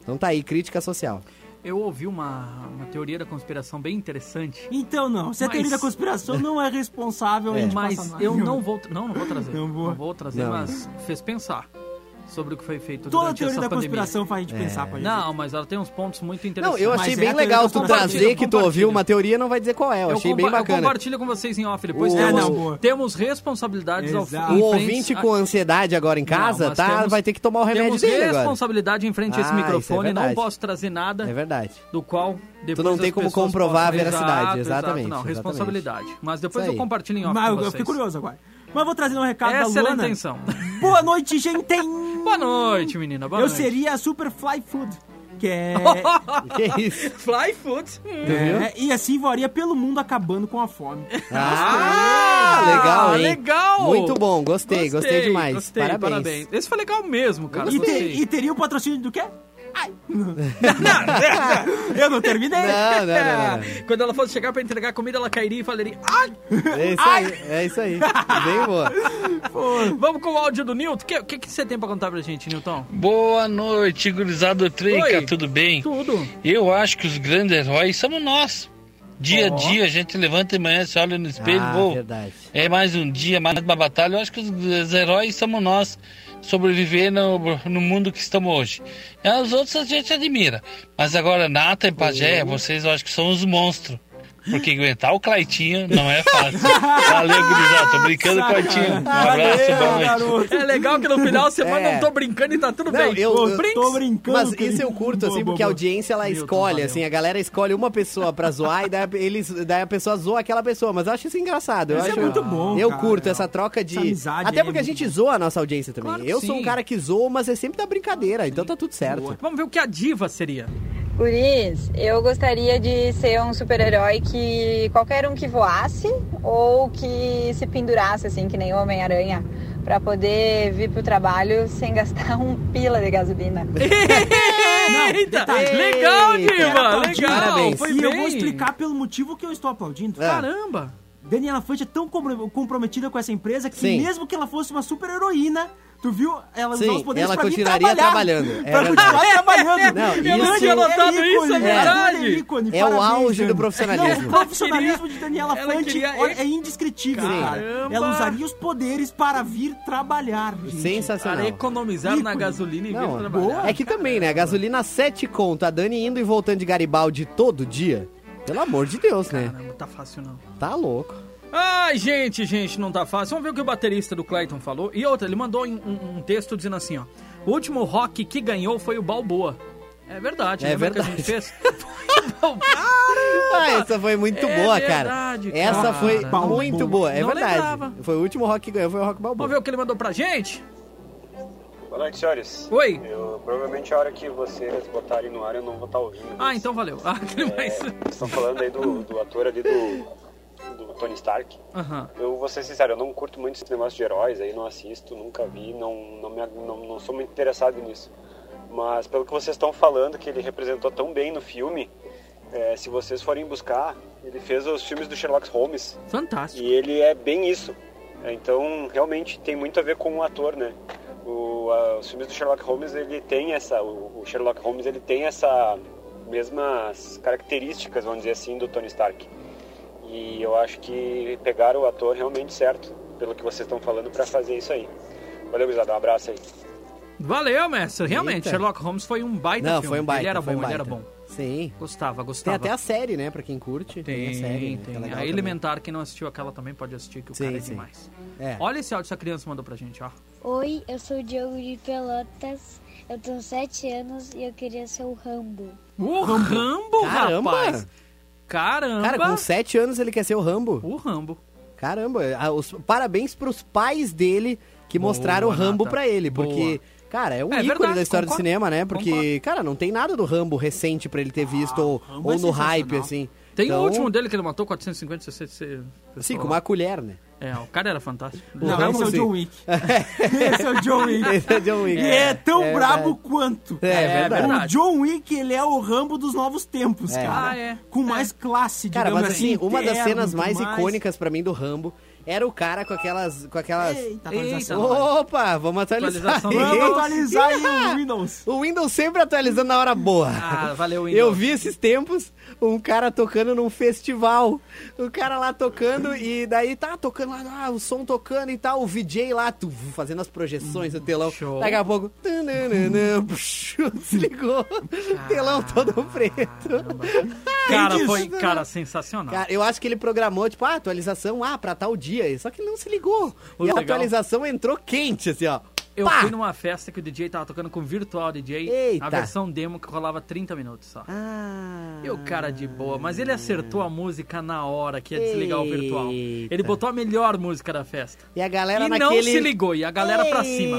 Speaker 6: Então tá aí, crítica social.
Speaker 4: Eu ouvi uma, uma teoria da conspiração bem interessante.
Speaker 5: Então não, se a
Speaker 4: Mas-
Speaker 5: teoria da conspiração não é responsável em
Speaker 4: Mas eu não vou. Não, não vou trazer.
Speaker 5: Não vou.
Speaker 4: trazer,
Speaker 6: Não.
Speaker 4: mas fez pensar sobre o que foi feito
Speaker 5: Toda a
Speaker 4: durante
Speaker 5: teoria
Speaker 4: essa
Speaker 5: da
Speaker 4: pandemia.
Speaker 5: conspiração faz a gente
Speaker 6: É.
Speaker 5: pensar, pra gente.
Speaker 4: Não, mas ela tem uns pontos muito
Speaker 6: Não,
Speaker 4: interessantes.
Speaker 6: eu
Speaker 5: Mas
Speaker 6: achei
Speaker 5: é
Speaker 6: bem
Speaker 5: a teoria
Speaker 6: legal
Speaker 5: da
Speaker 6: tu
Speaker 5: conspiração.
Speaker 6: trazer que tu
Speaker 4: Compartilha,
Speaker 6: ouviu uma teoria e não vai dizer qual é. Eu,
Speaker 4: Eu
Speaker 6: achei
Speaker 4: compa-
Speaker 6: bem
Speaker 4: Eu
Speaker 6: bacana.
Speaker 4: compartilho com vocês em off depois.
Speaker 6: O-
Speaker 4: Temos,
Speaker 5: É, não, boa.
Speaker 4: temos responsabilidades ao
Speaker 5: Exato.
Speaker 4: em
Speaker 6: O
Speaker 4: frente
Speaker 6: Um ouvinte
Speaker 4: a-
Speaker 6: com ansiedade agora em casa,
Speaker 4: Não, mas
Speaker 6: tá?
Speaker 4: temos-
Speaker 6: vai ter que tomar o remédio
Speaker 4: Temos
Speaker 6: dele agora.
Speaker 4: responsabilidade em frente a esse
Speaker 6: Ah, isso é
Speaker 4: microfone. não
Speaker 6: verdade.
Speaker 4: posso trazer nada
Speaker 6: É verdade. <laughs>
Speaker 4: do qual depois
Speaker 6: Tu não tem
Speaker 4: as
Speaker 6: como
Speaker 4: pessoas possam-
Speaker 6: comprovar a veracidade,
Speaker 4: Exato, exato.
Speaker 6: exatamente,
Speaker 4: Não,
Speaker 6: exatamente.
Speaker 4: responsabilidade. Mas depois
Speaker 6: Isso
Speaker 4: eu
Speaker 6: aí.
Speaker 4: compartilho em off
Speaker 5: Mas
Speaker 4: com
Speaker 5: eu, eu
Speaker 4: vocês.
Speaker 5: fiquei curioso agora. Mas vou trazer um recado
Speaker 4: Essa
Speaker 5: da
Speaker 4: era a
Speaker 5: Luana.
Speaker 4: intenção. <laughs>
Speaker 5: Boa noite, gente!
Speaker 4: Boa noite, menina. Boa
Speaker 5: eu
Speaker 4: noite. Tá
Speaker 5: seria a Superfly Food, que
Speaker 4: <laughs>
Speaker 5: é...
Speaker 6: Que isso?
Speaker 4: Fly Food. Hum.
Speaker 5: é, E assim voaria pelo mundo acabando com a fome.
Speaker 6: Ah, legal, hein?
Speaker 4: legal.
Speaker 6: Muito bom, gostei, gostei, demais.
Speaker 4: gostei,
Speaker 6: parabéns.
Speaker 4: Esse foi legal mesmo, cara.
Speaker 5: E,
Speaker 4: gostei.
Speaker 5: ter- e teria o patrocínio do quê?
Speaker 4: <laughs>
Speaker 5: Ai! eu não terminei!
Speaker 6: Ah, Não, não, não,
Speaker 4: <laughs>
Speaker 6: não.
Speaker 4: Quando ela fosse chegar pra entregar comida, ela cairia e falaria: Ai,
Speaker 6: É isso aí, é isso aí. Bem boa.
Speaker 4: vamos com o áudio do Newton. O que, que, que você tem pra contar pra gente, Newton?
Speaker 13: Boa noite, gurizada Trinca,
Speaker 4: Oi.
Speaker 13: tudo bem?
Speaker 4: Tudo.
Speaker 13: Eu acho que os grandes heróis somos nós. Dia
Speaker 4: Ó.
Speaker 13: a dia, a gente levanta de manhã, se olha no espelho,
Speaker 6: Ah,
Speaker 13: vou.
Speaker 6: verdade.
Speaker 13: É mais um dia, mais uma batalha. Eu acho que os, os heróis somos nós sobreviver no, no mundo que estamos hoje. É, Os outros a gente admira. Mas agora, Nata e Pajé, vocês eu acho que são os monstros. Porque aguentar o Claitinho não é fácil. Valeu, gurizada. Tô brincando, Claitinho. Um abraço, boa noite.
Speaker 5: garoto!
Speaker 4: É legal que no final você fala:
Speaker 6: É.
Speaker 4: Não tô brincando e tá tudo
Speaker 6: Não,
Speaker 4: bem.
Speaker 6: eu-
Speaker 4: Ô,
Speaker 6: eu
Speaker 4: Brinks,
Speaker 5: Tô brincando,
Speaker 6: Mas
Speaker 5: querido.
Speaker 6: isso eu curto, assim,
Speaker 5: Boa,
Speaker 6: porque a
Speaker 5: boa, boa.
Speaker 6: audiência ela
Speaker 4: Milton,
Speaker 6: escolhe,
Speaker 4: valeu.
Speaker 6: assim, a galera escolhe uma pessoa pra zoar e daí, eles, daí a pessoa zoa aquela pessoa. Mas eu acho isso engraçado. Eu
Speaker 5: Isso é
Speaker 6: acho,
Speaker 5: muito bom,
Speaker 6: Eu
Speaker 5: cara.
Speaker 6: curto essa troca de.
Speaker 5: Essa amizade aí
Speaker 6: até
Speaker 5: é
Speaker 6: porque a
Speaker 5: muito
Speaker 6: gente zoa a nossa audiência também.
Speaker 4: Claro que
Speaker 6: eu sou um
Speaker 4: sim.
Speaker 6: cara que zoa, mas é sempre da brincadeira, então tá tudo certo.
Speaker 4: Vamos ver o que a diva seria.
Speaker 14: Guris, eu gostaria de ser um super-herói que qualquer um que voasse ou que se pendurasse, assim, que nem o Homem-Aranha, pra poder vir pro trabalho sem gastar <laughs> um pila de gasolina.
Speaker 4: Eita! Legal,
Speaker 6: Eita.
Speaker 4: Diva!
Speaker 5: Aplaudir.
Speaker 4: Legal!
Speaker 6: Parabéns.
Speaker 4: Foi
Speaker 5: e
Speaker 4: bem.
Speaker 5: eu vou explicar pelo motivo que eu estou aplaudindo.
Speaker 6: É.
Speaker 4: Caramba!
Speaker 5: Daniela Fante é tão compro- comprometida com essa empresa que
Speaker 6: Sim.
Speaker 5: mesmo que ela fosse uma super heroína, tu viu? Ela usou
Speaker 6: Sim,
Speaker 5: os poderes
Speaker 6: ela
Speaker 5: pra vir
Speaker 6: continuaria
Speaker 5: trabalhar.
Speaker 6: trabalhando, é
Speaker 5: pra continuar trabalhando.
Speaker 6: Não, Eu não isso-
Speaker 4: tinha notado isso, é verdade.
Speaker 5: ícone,
Speaker 6: É o auge
Speaker 5: Dani.
Speaker 6: do profissionalismo.
Speaker 5: Não, o profissionalismo de Daniela
Speaker 4: Ela
Speaker 5: Fante
Speaker 4: queria-
Speaker 5: olha, é indescritível, cara.
Speaker 4: Caramba.
Speaker 5: Ela usaria os poderes para vir trabalhar, gente.
Speaker 4: Para
Speaker 6: Sensacional.
Speaker 4: economizar na
Speaker 5: Ícone.
Speaker 4: gasolina e vir
Speaker 6: Não,
Speaker 4: é trabalhar.
Speaker 6: é que também, né? Gasolina 7 conto, a Dani indo e voltando de Garibaldi todo dia. Pelo amor de Deus, né?
Speaker 4: Caramba, tá fácil não.
Speaker 6: Tá louco.
Speaker 4: Ai, gente, gente, não tá fácil. Vamos ver o que o baterista do Clayton falou. E outra, ele mandou um, um- um texto dizendo assim, ó. O último rock que ganhou foi o Balboa. É verdade.
Speaker 6: É
Speaker 4: lembra
Speaker 6: verdade.
Speaker 4: Que a gente fez? <laughs>
Speaker 6: Ah, essa foi muito
Speaker 4: É
Speaker 6: boa,
Speaker 4: verdade,
Speaker 6: cara. Essa
Speaker 4: cara. Ah,
Speaker 6: foi
Speaker 4: Balboa.
Speaker 6: muito boa, é
Speaker 4: Não
Speaker 6: verdade.
Speaker 4: lembrava.
Speaker 6: Foi o último rock que ganhou, foi o Rock Balboa.
Speaker 4: Vamos ver o que ele mandou pra gente?
Speaker 15: Boa noite, senhores.
Speaker 4: Oi.
Speaker 15: Eu, provavelmente a hora que vocês botarem no ar eu não vou estar ouvindo.
Speaker 4: Ah, então valeu. Ah, aquele
Speaker 6: É.
Speaker 4: mais.
Speaker 15: Vocês estão falando aí do, do ator ali do, do Tony Stark.
Speaker 4: Aham.
Speaker 15: Eu vou ser sincero, eu não curto muito esse negócio de heróis aí, não assisto, nunca vi, não, não, me, não, não sou muito interessado nisso. Mas pelo que vocês estão falando, que ele representou tão bem no filme, é, se vocês forem buscar, ele fez os filmes do Sherlock Holmes.
Speaker 4: Fantástico.
Speaker 15: E ele é bem isso. É, Então, realmente, tem muito a ver com o ator, né? O, a- os filmes do Sherlock Holmes, ele tem essa... O, o Sherlock Holmes, ele tem essa mesmas características, vamos dizer assim, do Tony Stark. E eu acho que pegaram o ator realmente certo, pelo que vocês estão falando, para fazer isso aí. Valeu, gurizada. Um abraço aí.
Speaker 4: Valeu, mestre. Realmente,
Speaker 6: Eita.
Speaker 4: Sherlock Holmes foi um baita
Speaker 6: Não,
Speaker 4: filme.
Speaker 6: foi um baita,
Speaker 4: Ele era
Speaker 6: foi
Speaker 4: bom,
Speaker 6: um
Speaker 4: ele era bom.
Speaker 6: baita. Sim.
Speaker 4: Gostava, gostava.
Speaker 6: Tem até a série, né, pra quem curte. Tem, a
Speaker 4: Tem,
Speaker 6: série. né,
Speaker 4: tem.
Speaker 6: que é legal
Speaker 4: a
Speaker 6: também.
Speaker 4: Elementar, quem não assistiu aquela também pode assistir, que o
Speaker 6: Sim,
Speaker 4: cara é
Speaker 6: sim.
Speaker 4: demais.
Speaker 6: É.
Speaker 4: Olha esse áudio que essa criança mandou pra gente, ó.
Speaker 16: Oi, eu sou o Diogo de Pelotas, eu tenho 7 anos e eu queria ser o Rambo.
Speaker 4: O Rambo,
Speaker 6: Caramba!
Speaker 4: rapaz! Caramba!
Speaker 6: Cara, com 7 anos ele quer ser o Rambo.
Speaker 4: O Rambo.
Speaker 6: Caramba, ah, os, parabéns pros pais dele que mostraram o Rambo
Speaker 4: Nata.
Speaker 6: pra ele,
Speaker 4: Boa.
Speaker 6: porque, cara, é um
Speaker 4: É
Speaker 6: ícone
Speaker 4: verdade,
Speaker 6: da história
Speaker 4: concordo,
Speaker 6: do cinema, né? Porque, cara, não tem nada do Rambo recente pra ele ter visto ou, ou
Speaker 4: é
Speaker 6: no hype, assim.
Speaker 4: Tem
Speaker 6: Então,
Speaker 4: o último dele que ele matou 450, 60...
Speaker 6: Sim, com uma colher, né?
Speaker 4: É, o cara era fantástico.
Speaker 6: O Não, Rambo, esse é o sim. John Wick. <laughs>
Speaker 5: Esse é o John Wick.
Speaker 6: Esse é o John Wick.
Speaker 5: E é tão
Speaker 6: É
Speaker 5: brabo
Speaker 6: verdade.
Speaker 5: quanto.
Speaker 6: É, é verdade.
Speaker 5: O John Wick, ele é o Rambo dos novos tempos,
Speaker 6: É.
Speaker 5: cara.
Speaker 6: Ah,
Speaker 4: é.
Speaker 5: Com mais classe,
Speaker 6: <laughs> Cara,
Speaker 5: digamos
Speaker 6: mas assim, uma das
Speaker 5: terno,
Speaker 6: cenas
Speaker 5: tudo
Speaker 6: mais, icônicas pra mim do Rambo era o cara com aquelas. Com aquelas...
Speaker 5: Eita, atualização.
Speaker 6: Opa, vamos atualizar.
Speaker 5: Atualização.
Speaker 6: aí.
Speaker 5: Vamos atualizar aí
Speaker 6: Ih, <laughs>
Speaker 5: o Windows.
Speaker 6: O Windows sempre atualizando na hora boa.
Speaker 4: Ah, valeu, Windows.
Speaker 6: Eu vi esses tempos um cara tocando num festival. O cara lá tocando e daí tá tocando lá, ah, o som tocando e tal. O VJ lá tu, fazendo as projeções do
Speaker 5: Hum,
Speaker 6: telão. Daqui a pouco. tananana, <laughs> puxu, Desligou. telão todo preto.
Speaker 4: Cara,
Speaker 6: Quem
Speaker 4: foi
Speaker 6: disse?
Speaker 4: cara sensacional.
Speaker 6: Cara, eu acho que ele programou, tipo, ah, atualização, ah, pra tal dia. Só que ele não se ligou.
Speaker 4: O
Speaker 6: e a
Speaker 4: legal-
Speaker 6: atualização entrou quente, assim, ó.
Speaker 4: Eu
Speaker 6: Pá!
Speaker 4: fui numa festa que o DJ tava tocando com o Virtual DJ,
Speaker 6: Eita.
Speaker 4: a versão demo que rolava 30 minutos só. E o cara de boa, mas ele acertou a música na hora que ia desligar o virtual. Ele
Speaker 6: Eita.
Speaker 4: botou a melhor música da festa.
Speaker 6: E a galera
Speaker 4: e
Speaker 6: naquele...
Speaker 4: não se ligou, e a galera pra cima.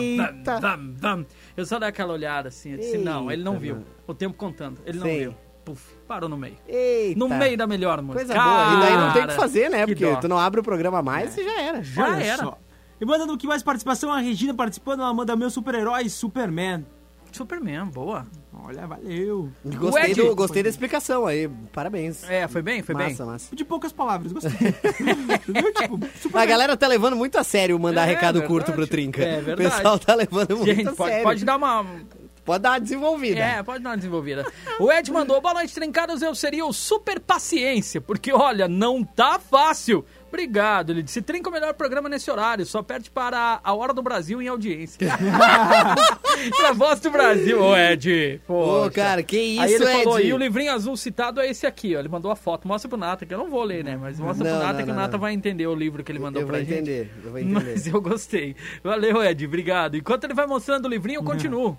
Speaker 4: Vam,
Speaker 6: Eita.
Speaker 4: vam, vam. Eu só dei aquela olhada assim, eu disse, não, ele não
Speaker 6: Eita,
Speaker 4: viu.
Speaker 6: mano.
Speaker 4: O tempo contando, ele não
Speaker 6: Sim.
Speaker 4: viu. Puf, parou no meio.
Speaker 6: Eita.
Speaker 4: No meio da melhor música.
Speaker 6: Coisa boa. E daí não tem o que
Speaker 4: Cara,
Speaker 6: fazer, né?
Speaker 4: que
Speaker 6: Porque
Speaker 4: dó. É.
Speaker 6: tu não abre o programa mais e já era.
Speaker 5: Já era. E mandando que mais participação, a Regina participando, ela manda meu super-herói, Superman.
Speaker 4: Superman, boa.
Speaker 5: Olha, valeu.
Speaker 6: Gostei, do- gostei da explicação aí. Parabéns.
Speaker 4: É, foi bem, foi
Speaker 6: massa,
Speaker 4: bem.
Speaker 6: Massa,
Speaker 5: De poucas palavras,
Speaker 6: <laughs>
Speaker 5: gostei. Tipo,
Speaker 6: A galera tá levando muito a sério mandar
Speaker 4: É
Speaker 6: recado
Speaker 4: verdade.
Speaker 6: curto pro Trinca.
Speaker 4: É
Speaker 6: o
Speaker 4: verdade.
Speaker 6: pessoal tá levando muito
Speaker 4: Gente,
Speaker 6: a
Speaker 4: pode-
Speaker 6: sério.
Speaker 4: pode dar uma...
Speaker 6: Pode dar uma desenvolvida.
Speaker 4: É, pode dar uma desenvolvida. O Ed mandou, boa noite, trincados, eu seria o super paciência, porque olha, não tá fácil. Obrigado, ele disse, trinca o melhor programa nesse horário, só perde para a Hora do Brasil em
Speaker 6: <laughs>
Speaker 4: audiência. pra voz do Brasil, ô Ed.
Speaker 6: Ô,
Speaker 4: Poxa.
Speaker 6: cara, que isso,
Speaker 4: Aí ele
Speaker 6: Ed?
Speaker 4: falou, e o livrinho azul citado é esse aqui, ó, ele mandou a foto, mostra pro Nata, que eu não vou ler, né, mas mostra
Speaker 6: Não,
Speaker 4: pro Nata
Speaker 6: não,
Speaker 4: que o
Speaker 6: não,
Speaker 4: Nata
Speaker 6: não.
Speaker 4: vai entender o livro que ele mandou
Speaker 6: Eu vou
Speaker 4: pra gente. <laughs>
Speaker 6: entender, eu vou entender.
Speaker 4: Mas eu gostei. Valeu, Ed, obrigado. Enquanto ele vai mostrando o livrinho,
Speaker 6: Uhum.
Speaker 4: eu continuo.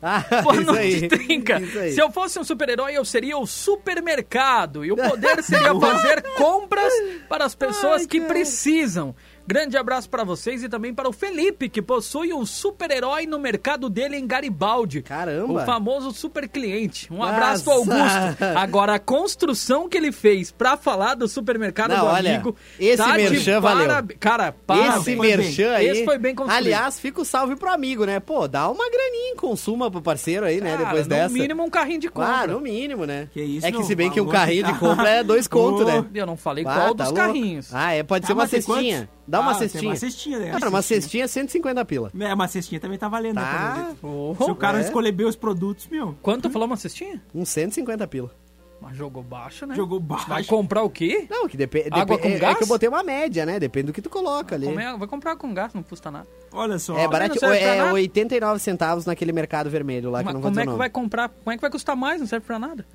Speaker 6: Ah, <laughs>
Speaker 4: Boa
Speaker 6: isso
Speaker 4: noite,
Speaker 6: aí.
Speaker 4: Trinca.
Speaker 6: Isso aí.
Speaker 4: Se eu fosse um super-herói, eu seria o supermercado. E o
Speaker 6: <laughs>
Speaker 4: poder seria fazer compras para as pessoas que precisam. Grande abraço para vocês e também para o Felipe, que possui um super-herói no mercado dele em Garibaldi.
Speaker 6: Caramba.
Speaker 4: O famoso super cliente. Um
Speaker 6: Nossa.
Speaker 4: abraço pro
Speaker 6: <laughs>
Speaker 4: Augusto. Agora, a construção que ele fez para falar do supermercado
Speaker 6: Não,
Speaker 4: do
Speaker 6: olha,
Speaker 4: amigo.
Speaker 6: esse
Speaker 4: tá de
Speaker 6: merchan valeu.
Speaker 4: parab- Cara, parabéns.
Speaker 6: Esse merchan aí.
Speaker 4: Esse foi bem construído.
Speaker 6: Aliás, fica o salve pro amigo, né? Pô, dá uma graninha em consuma pro parceiro aí, né?
Speaker 4: Cara,
Speaker 6: Depois
Speaker 4: no
Speaker 6: dessa.
Speaker 4: mínimo um carrinho de compra.
Speaker 6: Ah, no mínimo, né?
Speaker 5: isso,
Speaker 6: é que
Speaker 5: meu,
Speaker 6: se bem que um
Speaker 5: valor
Speaker 6: carrinho
Speaker 5: que
Speaker 6: de
Speaker 5: tá.
Speaker 6: compra
Speaker 5: <laughs>
Speaker 6: é dois conto, né?
Speaker 4: Eu não falei
Speaker 6: Ah,
Speaker 4: qual
Speaker 6: tá
Speaker 4: dos
Speaker 6: louco.
Speaker 4: carrinhos.
Speaker 6: Ah, é, pode
Speaker 5: Tá,
Speaker 6: ser uma
Speaker 5: mas tem quantos?
Speaker 6: cestinha. Dá
Speaker 5: Ah,
Speaker 6: uma
Speaker 5: tem uma
Speaker 6: cestinha.
Speaker 5: cestinha, né?
Speaker 6: Cara, uma cestinha, 150 pila.
Speaker 5: É, uma cestinha também tá valendo,
Speaker 6: Tá.
Speaker 5: né? pelo jeito. Se o cara
Speaker 6: é.
Speaker 5: escolher bem os produtos, meu.
Speaker 6: Hum?
Speaker 4: Quanto falou uma cestinha?
Speaker 6: Uns 150 pila.
Speaker 4: Mas jogou baixo, né?
Speaker 5: Jogou baixo.
Speaker 4: Vai comprar o quê?
Speaker 6: Não, que depende.
Speaker 4: Água com
Speaker 6: é,
Speaker 4: gás?
Speaker 6: que eu botei uma média, né? Depende do que tu coloca ali.
Speaker 4: Como é? Vai comprar é, com gás, não custa nada.
Speaker 5: Olha só.
Speaker 6: É
Speaker 4: Não
Speaker 6: barato,
Speaker 4: serve pra
Speaker 6: é
Speaker 4: nada.
Speaker 6: 89 centavos naquele mercado vermelho lá que
Speaker 4: Mas
Speaker 6: não vou
Speaker 4: como
Speaker 6: dizer
Speaker 4: é
Speaker 6: o
Speaker 4: que
Speaker 6: nome.
Speaker 4: vai comprar? Como é que vai custar mais? Não serve pra nada.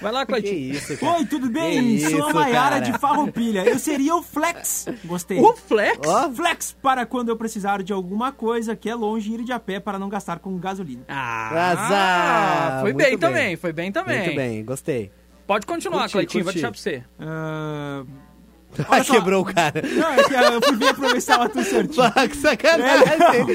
Speaker 4: Vai lá,
Speaker 6: <laughs> Que
Speaker 4: Cleitinho.
Speaker 6: isso, cara.
Speaker 5: Oi, tudo bem?
Speaker 6: Que
Speaker 5: Sou a
Speaker 6: isso,
Speaker 5: Maiara
Speaker 6: cara.
Speaker 5: de Farroupilha. Eu seria o Flex. Gostei.
Speaker 4: O Flex?
Speaker 5: Flex para quando eu precisar de alguma coisa que é longe ir de a pé para não gastar com gasolina.
Speaker 6: Azar.
Speaker 4: Ah, foi
Speaker 6: Muito
Speaker 4: bem também, foi bem também.
Speaker 6: Muito bem, gostei.
Speaker 4: Pode continuar,
Speaker 6: Curti,
Speaker 4: Cleitinho,
Speaker 6: curti.
Speaker 4: vou deixar pra você.
Speaker 6: Ah, quebrou o
Speaker 4: <laughs>
Speaker 6: cara.
Speaker 5: Não, é que eu fui ver pra ver se tava tudo certinho.
Speaker 6: Pá, que sacanagem.
Speaker 4: <laughs>
Speaker 5: É, não.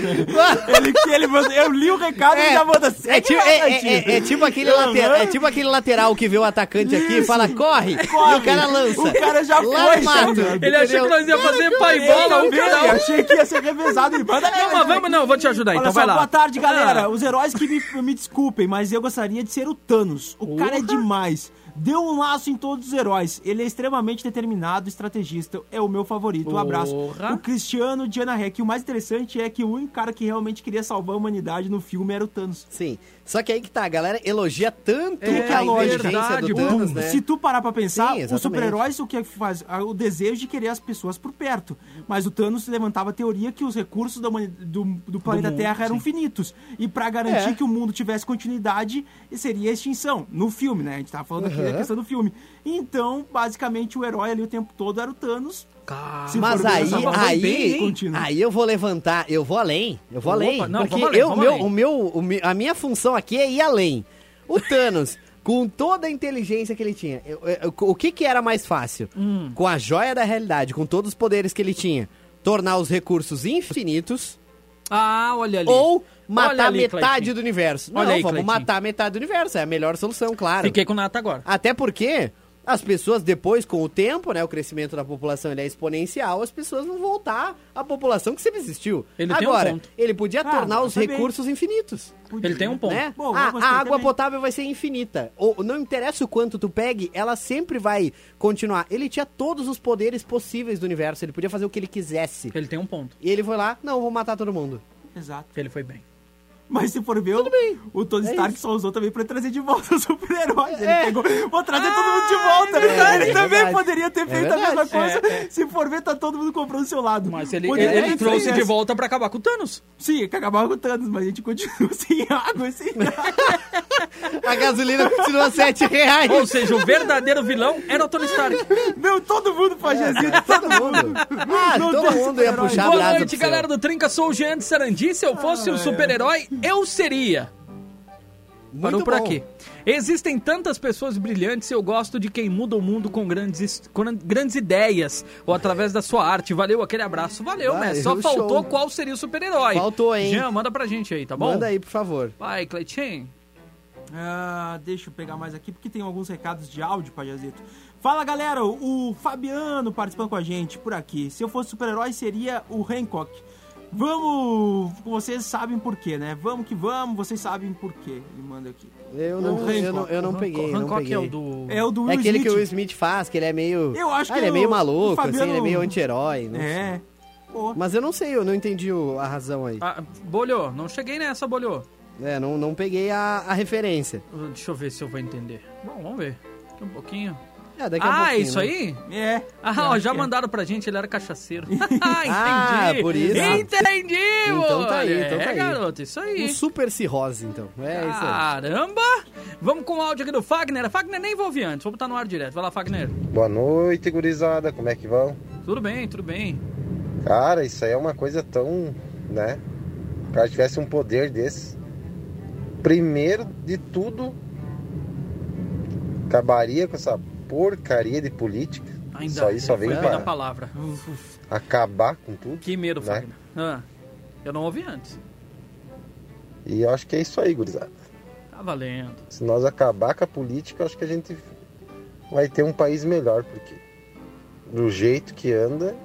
Speaker 5: ele, ele, mandou- eu li o recado e já mandou assim.
Speaker 6: É tipo, é- é- é- é tipo aquele
Speaker 5: Eu
Speaker 6: lateral,
Speaker 5: não-
Speaker 6: é tipo aquele lateral que vê o atacante aqui e fala, corre!
Speaker 5: Corre.
Speaker 6: E o cara lança.
Speaker 5: O cara já
Speaker 6: Lá
Speaker 5: foi,
Speaker 6: no mato,
Speaker 5: sabe?
Speaker 4: Ele achou
Speaker 6: entendeu?
Speaker 4: que nós ia fazer pai e bola, um
Speaker 5: Eu
Speaker 4: cada um.
Speaker 5: achei que ia ser revezado e manda
Speaker 4: Não, mas vamos, não, vou te ajudar,
Speaker 5: Olha
Speaker 4: então
Speaker 5: só,
Speaker 4: vai lá.
Speaker 5: boa tarde, galera.
Speaker 4: Ah.
Speaker 5: Os heróis que me, me desculpem, mas eu gostaria de ser o Thanos. O cara é demais. Deu um laço em todos os heróis. Ele é extremamente determinado, estrategista. É o meu favorito. Um abraço.
Speaker 4: Porra.
Speaker 5: O Cristiano Diana Heck. O mais interessante é que o único cara que realmente queria salvar a humanidade no filme era o Thanos.
Speaker 6: Sim. Só que aí que tá, a galera elogia tanto
Speaker 5: É,
Speaker 6: a
Speaker 5: é lógico.
Speaker 6: inteligência do
Speaker 5: Verdade,
Speaker 6: Thanos,
Speaker 5: bom.
Speaker 6: né?
Speaker 5: Se tu parar pra pensar,
Speaker 6: Sim,
Speaker 5: o
Speaker 6: exatamente.
Speaker 5: super-herói o que faz? Ah, O desejo de querer as pessoas por perto. Mas o Thanos levantava a teoria que os recursos da humani- do, do planeta
Speaker 4: mundo,
Speaker 5: Terra eram
Speaker 4: sim.
Speaker 5: finitos. E pra garantir
Speaker 4: É.
Speaker 5: que o mundo tivesse continuidade, seria a extinção. No filme, né? A gente tava falando aqui da
Speaker 6: Uhum.
Speaker 5: questão do filme. Então, basicamente, o herói ali o tempo todo era o Thanos. Se for
Speaker 6: Mas
Speaker 5: ver
Speaker 6: aí,
Speaker 5: dessa forma, bem,
Speaker 6: aí,
Speaker 5: hein? Continua.
Speaker 6: aí eu vou levantar, eu vou além, eu vou
Speaker 5: Opa,
Speaker 6: além,
Speaker 5: não,
Speaker 6: porque
Speaker 5: vamos além,
Speaker 6: eu,
Speaker 5: vamos
Speaker 6: meu,
Speaker 5: além.
Speaker 6: o meu, o me- a minha função aqui é ir além. O Thanos, <laughs> com toda a inteligência que ele tinha, eu- eu- o que que era mais fácil?
Speaker 5: Hum.
Speaker 6: Com a joia da realidade, com todos os poderes que ele tinha, tornar os recursos infinitos
Speaker 4: Ah, olha ali.
Speaker 6: ou matar
Speaker 4: Olha ali,
Speaker 6: metade
Speaker 4: Cleitinho.
Speaker 6: do universo. Não,
Speaker 4: Olha aí,
Speaker 6: vamos
Speaker 4: Cleitinho.
Speaker 6: matar metade do universo, é a melhor solução, claro.
Speaker 4: Fiquei com o Nata agora.
Speaker 6: Até porque as pessoas depois, com o tempo, né, o crescimento da população ele é exponencial, as pessoas vão voltar à população que sempre existiu.
Speaker 4: Ele tem um
Speaker 6: Agora,
Speaker 4: ponto.
Speaker 6: ele podia
Speaker 4: Ah,
Speaker 6: tornar os
Speaker 4: também.
Speaker 6: recursos infinitos.
Speaker 4: Ele tem um ponto.
Speaker 6: Né?
Speaker 4: Bom, eu
Speaker 6: a,
Speaker 4: gostei
Speaker 6: a água
Speaker 4: também.
Speaker 6: potável vai ser infinita. Ou, não interessa o quanto tu pegue, ela sempre vai continuar. Ele tinha todos os poderes possíveis do universo, ele podia fazer o que ele quisesse.
Speaker 4: Ele tem um ponto.
Speaker 6: E ele foi lá, não, vou matar todo mundo.
Speaker 5: Exato.
Speaker 4: Ele foi bem.
Speaker 5: Mas se for ver, o- o Tony Stark só usou também pra trazer de volta os super-heróis. Ele
Speaker 4: É.
Speaker 5: pegou, vou trazer todo mundo de volta.
Speaker 4: verdade,
Speaker 5: ele
Speaker 4: é
Speaker 5: também
Speaker 4: verdade.
Speaker 5: poderia ter
Speaker 4: É
Speaker 5: feito a
Speaker 4: verdade.
Speaker 5: mesma coisa.
Speaker 4: É,
Speaker 5: Se for ver, tá todo mundo comprando o seu lado. Mas
Speaker 4: Ele, ele- ele trouxe de volta pra acabar com o Thanos.
Speaker 5: Sim, que acabava com o Thanos, mas a gente continua <laughs> sem água, e
Speaker 4: É.
Speaker 5: sem
Speaker 6: A gasolina continua R$ 7 reais.
Speaker 4: Ou seja, o verdadeiro vilão era o Tony Stark.
Speaker 5: Não, todo mundo
Speaker 4: É,
Speaker 5: fajezinho, todo mundo.
Speaker 6: Ah,
Speaker 4: Não
Speaker 6: todo
Speaker 4: tem
Speaker 6: mundo ia
Speaker 4: super-herói.
Speaker 6: puxar a
Speaker 4: Boa
Speaker 6: brasa
Speaker 4: noite,
Speaker 6: pro céu.
Speaker 4: galera do Trinca. Sou o Jean de Sarandi. Se eu fosse
Speaker 6: Ah, é.
Speaker 4: um super-herói, eu seria. Parou por
Speaker 6: bom.
Speaker 4: aqui. Existem tantas pessoas brilhantes e eu gosto de quem muda o mundo com grandes, his- com grandes ideias ou através da sua arte. Valeu, aquele abraço. Valeu,
Speaker 6: Valeu,
Speaker 4: mestre. Só
Speaker 6: show.
Speaker 4: faltou qual seria o super-herói.
Speaker 6: Faltou, hein?
Speaker 4: Jean, manda pra gente aí, tá bom?
Speaker 6: Manda aí, por favor.
Speaker 4: Vai, Cleitinho.
Speaker 5: Ah, deixa eu pegar mais aqui, porque tem alguns recados de áudio, Pajazito. Fala, galera! O Fabiano participando com a gente por aqui. Se eu fosse super-herói, seria o Hancock. Vamos... Vocês sabem por quê, né? Vamos que vamos, vocês sabem por quê. Ele manda aqui.
Speaker 6: Eu não,
Speaker 5: O
Speaker 6: eu não, eu não
Speaker 5: Hancock.
Speaker 6: peguei, não
Speaker 5: Hancock
Speaker 6: peguei.
Speaker 5: é o do- É o do Will
Speaker 6: aquele que
Speaker 5: Smith.
Speaker 6: o Will Smith faz, que ele é meio...
Speaker 5: Eu acho
Speaker 6: ah,
Speaker 5: que
Speaker 6: ele é
Speaker 5: o-
Speaker 6: meio
Speaker 5: o
Speaker 6: maluco,
Speaker 5: Fabiano-
Speaker 6: assim, ele é meio anti-herói, né?
Speaker 5: É.
Speaker 6: Mas eu não sei, eu não entendi o- a razão aí.
Speaker 4: Ah, bolhou. Não cheguei nessa, bolhou.
Speaker 6: É, não, não peguei a, a referência.
Speaker 4: Deixa eu ver se eu vou entender. Bom, vamos ver. Daqui um pouquinho.
Speaker 6: É, daqui a
Speaker 4: ah,
Speaker 6: pouquinho,
Speaker 4: isso
Speaker 6: né?
Speaker 4: aí?
Speaker 5: É.
Speaker 4: Ah, ó,
Speaker 6: Eu
Speaker 4: já
Speaker 6: acho que é.
Speaker 4: mandaram pra gente, ele era
Speaker 6: <laughs>
Speaker 4: cachaceiro. <laughs>
Speaker 6: Ah, por isso.
Speaker 4: Entendi,
Speaker 6: Então tá aí,
Speaker 4: olha,
Speaker 6: então tá
Speaker 4: é,
Speaker 6: aí.
Speaker 4: garoto, isso aí.
Speaker 6: Um super cirrose, então. É isso
Speaker 5: Ah.
Speaker 6: aí.
Speaker 4: Caramba! Vamos com o áudio aqui do Fagner. A Fagner nem envolve antes, vou botar no ar direto. Vai lá, Fagner.
Speaker 17: Boa noite, gurizada. Como é que vão?
Speaker 4: Tudo bem, tudo bem.
Speaker 17: Cara, isso aí é uma coisa tão, né? O cara tivesse um poder desse. Primeiro de tudo, acabaria com essa porcaria de política.
Speaker 4: Ainda é,
Speaker 17: isso aí só
Speaker 4: foi
Speaker 17: vem
Speaker 4: bem na
Speaker 17: para
Speaker 4: palavra. Uf, uf.
Speaker 17: acabar com tudo.
Speaker 4: Que medo,
Speaker 17: né?
Speaker 4: Fagner. Ah, eu não ouvi antes.
Speaker 17: E eu acho que é isso aí, gurizada.
Speaker 4: Tá valendo.
Speaker 17: Se nós acabar com a política, eu acho que a gente vai ter um país melhor, porque do jeito que anda,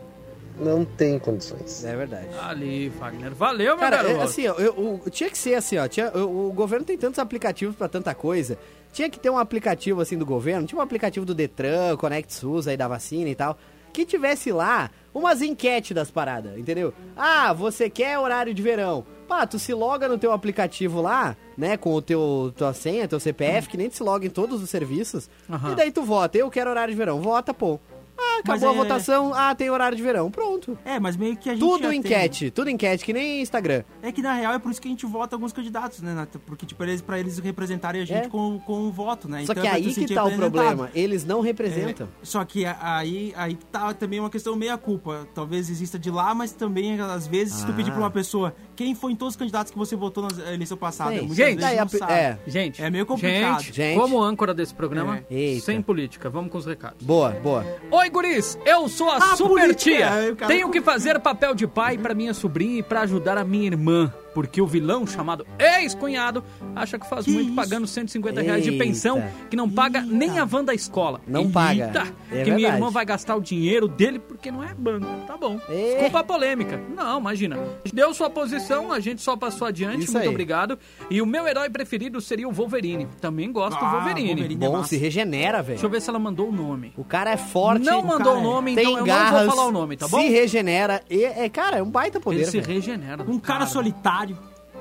Speaker 17: não tem condições.
Speaker 6: É verdade.
Speaker 4: Tá Ali, Fagner. Valeu, meu
Speaker 6: Cara,
Speaker 4: garoto.
Speaker 6: é, assim, ó, eu, o- tinha que ser assim, ó. tinha- o, o governo tem tantos aplicativos pra tanta coisa. Tinha que ter um aplicativo assim do governo, tinha um aplicativo do Detran, Conect SUS aí da vacina e tal, que tivesse lá umas enquetes das paradas, entendeu? Ah, você quer horário de verão? Pá, tu se loga no teu aplicativo lá, né, com o teu tua senha, teu CPF, que nem tu se loga em todos os serviços.
Speaker 4: Aham.
Speaker 6: E daí tu vota, eu quero horário de verão. Vota, pô. Ah,
Speaker 5: Mas
Speaker 6: acabou a
Speaker 5: é-
Speaker 6: votação. Ah, tem horário de verão. Pronto.
Speaker 5: É, mas meio que a gente já
Speaker 6: Tudo
Speaker 5: tem-
Speaker 6: enquete, tudo enquete, que nem Instagram.
Speaker 5: É que na real é por isso que a gente vota alguns candidatos, né, Nata? Porque, tipo, eles, pra eles representarem a gente
Speaker 6: É.
Speaker 5: com, com o voto, né?
Speaker 6: Só
Speaker 5: Então
Speaker 6: que
Speaker 5: é pra tu
Speaker 6: aí
Speaker 5: sentir
Speaker 6: que tá o
Speaker 5: representado.
Speaker 6: problema. Eles não representam.
Speaker 5: É, só que a- aí, aí que tá também uma questão meia-culpa. Talvez exista de lá, mas também, às vezes, se tu
Speaker 6: Ah.
Speaker 5: pedir pra uma pessoa quem foi em todos os candidatos que você votou na eleição passada,
Speaker 6: Sim.
Speaker 5: muitas
Speaker 4: Gente,
Speaker 5: vezes não sabe.
Speaker 4: é, gente,
Speaker 5: É meio complicado.
Speaker 4: Gente, como âncora desse programa,
Speaker 6: É. Eita.
Speaker 4: sem política. Vamos com os recados.
Speaker 6: Boa, boa.
Speaker 4: Oi, guris, eu sou a,
Speaker 5: Ah,
Speaker 4: super
Speaker 5: política,
Speaker 4: tia.
Speaker 5: é, o cara-
Speaker 4: Tenho que fazer papel de pai pra minha sobrinha e pra ajudar a minha irmã. Porque o vilão chamado ex-cunhado acha que faz muito pagando 150 reais de
Speaker 6: Eita.
Speaker 4: pensão que não paga nem a van da escola.
Speaker 6: Não
Speaker 4: Eita,
Speaker 6: paga. É
Speaker 4: que minha
Speaker 6: verdade.
Speaker 4: irmã vai gastar o dinheiro dele porque não é banco. Tá bom.
Speaker 6: É.
Speaker 4: Desculpa a polêmica. Não, imagina. Deu sua posição, a gente só passou adiante.
Speaker 6: Isso
Speaker 4: muito
Speaker 6: aí.
Speaker 4: obrigado. E o meu herói preferido seria o Wolverine. Também gosto do
Speaker 6: Ah,
Speaker 4: Wolverine.
Speaker 6: Wolverine é Bom, massa. se regenera, velho.
Speaker 4: Deixa eu ver se ela mandou o nome.
Speaker 6: O cara é forte.
Speaker 4: Não
Speaker 6: o
Speaker 4: mandou
Speaker 6: cara
Speaker 4: o nome,
Speaker 6: tem
Speaker 4: então eu não vou
Speaker 6: garras,
Speaker 4: falar o nome, tá bom?
Speaker 6: Se regenera. E, é, cara, é um baita poder.
Speaker 4: Ele se
Speaker 6: velho.
Speaker 4: regenera. Ah,
Speaker 5: Um cara, solitário.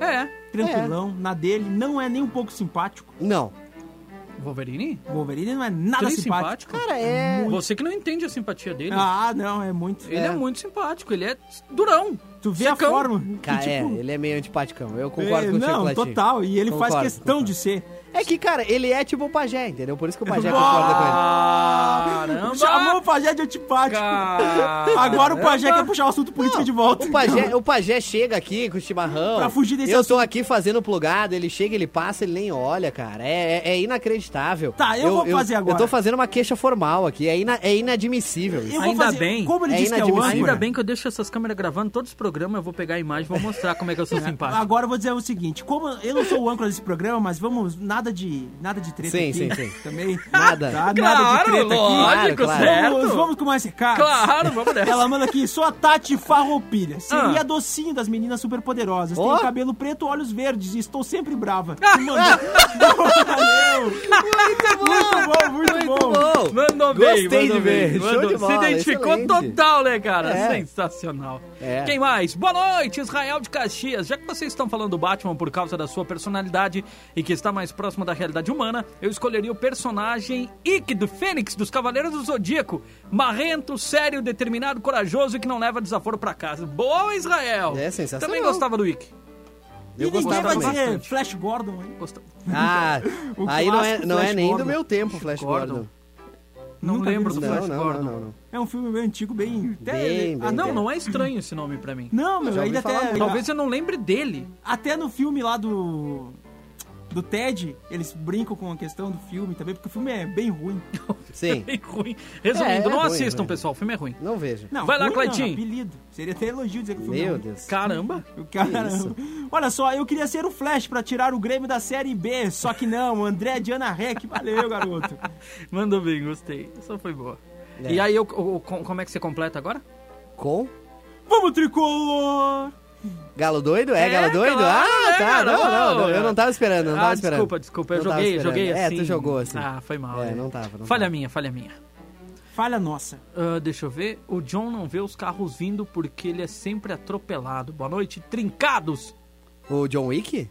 Speaker 4: É.
Speaker 5: Tranquilão, na dele, não é nem um pouco simpático.
Speaker 6: Não.
Speaker 4: Wolverine?
Speaker 5: Wolverine não é nada
Speaker 4: Ele é
Speaker 5: simpático.
Speaker 6: Cara, é.
Speaker 4: Você que não entende a simpatia dele.
Speaker 5: Ah, não, é muito.
Speaker 4: Ele é. muito simpático, ele é durão.
Speaker 5: Tu vê a
Speaker 4: secão.
Speaker 5: forma.
Speaker 6: Cara,
Speaker 5: Que, tipo, é,
Speaker 6: é, ele é meio antipaticão. Eu
Speaker 4: é,
Speaker 6: concordo com o
Speaker 5: Não,
Speaker 6: Chicletinho.
Speaker 5: total, e ele faz
Speaker 6: Concordo,
Speaker 5: questão de ser.
Speaker 6: É que, cara, ele é tipo o pajé, entendeu? Por isso que o
Speaker 4: <laughs>
Speaker 6: pajé
Speaker 5: Ah,
Speaker 6: concorda com ele.
Speaker 5: Chamou o pajé de antipático. Agora o pajé quer puxar o assunto político de volta. então.
Speaker 6: O pajé, o pajé chega aqui com o chimarrão.
Speaker 5: Pra fugir desse
Speaker 6: Eu tô aqui fazendo plugado, ele chega, ele passa, ele nem olha, cara. É, é- é inacreditável.
Speaker 5: Tá, eu vou fazer agora.
Speaker 6: Eu tô fazendo uma queixa formal aqui. É, ina- é inadmissível isso.
Speaker 4: Ainda bem.
Speaker 6: É inadmissível.
Speaker 4: Ainda bem que eu deixo essas câmeras gravando todos os programas, eu vou pegar a imagem e vou mostrar como é que eu sou simpático.
Speaker 5: Agora eu vou dizer o seguinte, como eu não sou o âncora desse programa, mas vamos, nada de, nada de treta
Speaker 6: Sim,
Speaker 5: aqui.
Speaker 6: sim, sim.
Speaker 5: <laughs> Também.
Speaker 6: Nada.
Speaker 5: Tá, nada de
Speaker 6: Claro,
Speaker 5: treta aqui.
Speaker 6: lógico, Claro, claro.
Speaker 5: Vamos,
Speaker 6: certo.
Speaker 5: vamos com mais recados.
Speaker 6: Claro, vamos nessa.
Speaker 4: <laughs>
Speaker 5: Ela manda aqui, sou a Tati Farroupilha. Seria
Speaker 6: Ah.
Speaker 5: docinho das meninas superpoderosas.
Speaker 6: Ó.
Speaker 5: Tenho cabelo preto, olhos verdes e estou sempre brava.
Speaker 6: Ah.
Speaker 5: Tu
Speaker 6: <laughs>
Speaker 5: mandou- Valeu.
Speaker 6: Muito
Speaker 5: bom, é muito, bom.
Speaker 4: Mandou bem,
Speaker 6: Gostei de
Speaker 4: mandou
Speaker 6: ver.
Speaker 4: bem,
Speaker 6: Show
Speaker 4: mandou.
Speaker 6: de bola,
Speaker 4: um Se identificou
Speaker 6: excelente.
Speaker 4: total, né, cara?
Speaker 6: É.
Speaker 4: Sensacional.
Speaker 6: É.
Speaker 4: Quem mais? Boa noite, Israel de Caxias. Já que vocês estão falando do Batman por causa da sua personalidade e que está mais próximo da realidade humana, eu escolheria o personagem Ike do Fênix, dos Cavaleiros do Zodíaco. Marrento, sério, determinado, corajoso e que não leva desaforo pra casa. Boa, Israel!
Speaker 6: É sensacional.
Speaker 4: Também gostava do Ike.
Speaker 5: E ninguém
Speaker 4: gostava
Speaker 5: vai dizer
Speaker 4: bastante.
Speaker 5: Flash Gordon, hein?
Speaker 4: Gostava.
Speaker 6: Ah,
Speaker 5: O
Speaker 6: aí não é,
Speaker 5: clássico
Speaker 6: não é
Speaker 5: Flash
Speaker 6: nem
Speaker 5: Gordon.
Speaker 6: do meu tempo, Flash Gordon.
Speaker 4: Não
Speaker 5: Nunca
Speaker 4: lembro do
Speaker 5: vimos
Speaker 4: Flash
Speaker 6: Não, não,
Speaker 4: Gordon.
Speaker 6: não, não, não.
Speaker 5: É um filme meio antigo, bem... até-
Speaker 6: Bem,
Speaker 5: ah,
Speaker 6: bem,
Speaker 5: não,
Speaker 4: Não,
Speaker 6: bem.
Speaker 4: não é estranho esse nome pra mim.
Speaker 5: não, meu,
Speaker 6: Já ouvi
Speaker 5: ainda
Speaker 6: falar
Speaker 5: até... é
Speaker 6: muito.
Speaker 4: Talvez eu não lembre dele.
Speaker 5: Até no filme lá do. Do Ted, eles brincam com a questão do filme também, porque o filme é bem ruim.
Speaker 6: Sim.
Speaker 4: É ruim. Resumindo,
Speaker 6: É, é
Speaker 4: não
Speaker 6: ruim,
Speaker 4: assistam,
Speaker 6: ruim.
Speaker 4: pessoal. O filme é ruim.
Speaker 6: Não vejo.
Speaker 5: Não,
Speaker 4: Vai lá,
Speaker 5: ruim não,
Speaker 4: Claitinho.
Speaker 5: apelido. Seria até elogio dizer que o filme é
Speaker 6: Meu
Speaker 5: ruim.
Speaker 6: Deus.
Speaker 4: Caramba.
Speaker 5: Caramba.
Speaker 6: isso?
Speaker 5: Olha só, eu queria ser o Flash pra tirar o Grêmio da Série B, só que não, André é Diana Rec, valeu,
Speaker 6: <laughs>
Speaker 5: garoto.
Speaker 4: Mandou bem, gostei. Essa foi boa.
Speaker 6: É.
Speaker 4: E aí, eu, o- o- com- como é que você completa agora?
Speaker 6: Com?
Speaker 5: Vamos, tricolor!
Speaker 6: Galo doido? É,
Speaker 4: É,
Speaker 6: galo doido?
Speaker 4: claro,
Speaker 6: ah,
Speaker 4: é,
Speaker 6: tá.
Speaker 4: cara,
Speaker 6: não, não, não,
Speaker 4: olha.
Speaker 6: Eu não tava esperando, não tava
Speaker 4: ah,
Speaker 6: esperando.
Speaker 4: desculpa, desculpa. Eu
Speaker 6: Não tava
Speaker 4: joguei,
Speaker 6: esperando.
Speaker 4: joguei assim.
Speaker 6: É, tu jogou assim.
Speaker 4: Ah, foi mal.
Speaker 6: É,
Speaker 4: né?
Speaker 6: não tava, não
Speaker 4: falha minha, falha minha.
Speaker 5: Falha nossa.
Speaker 4: Ah, deixa eu ver. O John não vê os carros vindo porque ele é sempre atropelado. Boa noite, trincados.
Speaker 6: O John Wick?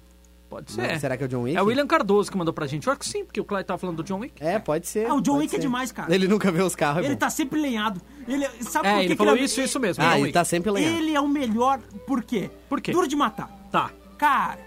Speaker 4: Pode
Speaker 6: Não,
Speaker 4: ser.
Speaker 6: será que é o John Wick?
Speaker 4: É o William Cardoso que mandou pra gente. Eu acho que sim, porque o Clyde tava falando do John Wick.
Speaker 6: É, pode ser.
Speaker 5: Ah, o John
Speaker 6: pode
Speaker 5: Wick é
Speaker 6: ser.
Speaker 5: demais, cara.
Speaker 6: Ele nunca vê os carros, é
Speaker 5: Ele
Speaker 6: bom.
Speaker 5: tá sempre lenhado. Ele, sabe
Speaker 4: É,
Speaker 5: por que
Speaker 4: ele
Speaker 5: que
Speaker 4: falou
Speaker 5: é-
Speaker 4: isso, isso mesmo,
Speaker 6: Ah,
Speaker 4: John
Speaker 6: ele
Speaker 4: Wick.
Speaker 6: tá sempre lenhado.
Speaker 5: Ele é o melhor, por quê?
Speaker 4: Por quê?
Speaker 5: Duro de matar.
Speaker 4: Tá.
Speaker 5: Cara,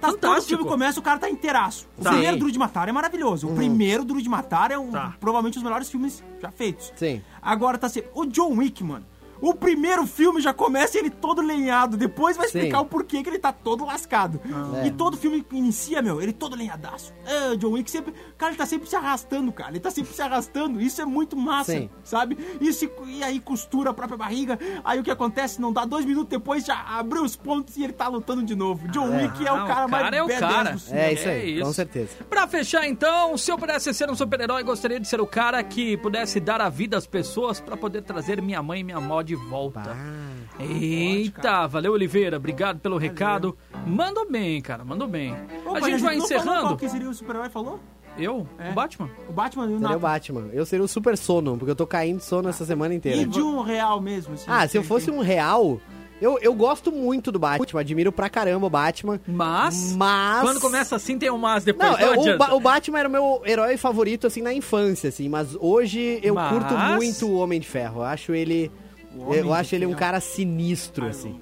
Speaker 5: tá,
Speaker 4: Fantástico.
Speaker 5: todo o filme começa, o cara tá inteiraço. O
Speaker 4: Tá.
Speaker 5: primeiro
Speaker 4: Sim.
Speaker 5: Duro de Matar é maravilhoso.
Speaker 6: Uhum.
Speaker 5: O primeiro Duro de Matar é um,
Speaker 4: Tá.
Speaker 5: provavelmente um dos melhores filmes já feitos.
Speaker 6: Sim.
Speaker 5: Agora tá assim, o John Wick, mano. O primeiro filme já começa ele todo lenhado. Depois vai explicar
Speaker 6: Sim.
Speaker 5: o porquê que ele tá todo lascado.
Speaker 6: É.
Speaker 5: E todo filme que inicia, meu, ele todo lenhadaço. É, o John Wick sempre. Cara, ele tá sempre se arrastando, cara. Ele tá sempre se arrastando. Isso é muito massa,
Speaker 6: Sim.
Speaker 5: sabe? E, se- e aí costura a própria barriga. Aí o que acontece? Não dá dois minutos depois, já abriu os pontos e ele tá lutando de novo. John
Speaker 6: é.
Speaker 5: Wick é o
Speaker 4: Ah,
Speaker 5: cara mais
Speaker 4: é o
Speaker 5: badass
Speaker 4: cara.
Speaker 5: do cinema.
Speaker 6: É isso
Speaker 4: É
Speaker 6: aí, com
Speaker 4: isso.
Speaker 6: certeza.
Speaker 4: Pra fechar então, se eu pudesse ser um super-herói, gostaria de ser o cara que pudesse dar a vida às pessoas pra poder trazer minha mãe e minha mó de volta.
Speaker 5: tá
Speaker 4: Eita, valeu Oliveira, obrigado pelo recado. Mandou bem, cara, mandou bem.
Speaker 5: Opa,
Speaker 4: a gente vai
Speaker 5: não falou Qual É.
Speaker 4: encerrando.
Speaker 5: que seria o super-herói falou?
Speaker 4: Eu? O Batman?
Speaker 5: O Batman e o
Speaker 6: Seria o
Speaker 5: Nato.
Speaker 6: Batman. Eu seria o super sono, porque eu tô caindo de sono essa semana inteira.
Speaker 5: E de um real mesmo. assim,
Speaker 6: Ah, se eu
Speaker 5: quem-
Speaker 6: fosse
Speaker 5: quem-
Speaker 6: um real, Eu, eu gosto muito do Batman, admiro pra caramba o Batman.
Speaker 4: Mas.
Speaker 6: Mas.
Speaker 4: Quando começa assim, tem um mas depois.
Speaker 6: Não,
Speaker 4: Não,
Speaker 6: é, o,
Speaker 4: adianta.
Speaker 6: Ba- o Batman era o meu herói favorito, assim, na infância, assim, mas hoje eu
Speaker 4: Mas-
Speaker 6: curto muito o Homem de Ferro. Eu acho ele.
Speaker 4: Homem
Speaker 6: Eu acho
Speaker 4: de
Speaker 6: ele um
Speaker 4: Ferro.
Speaker 6: cara sinistro, assim.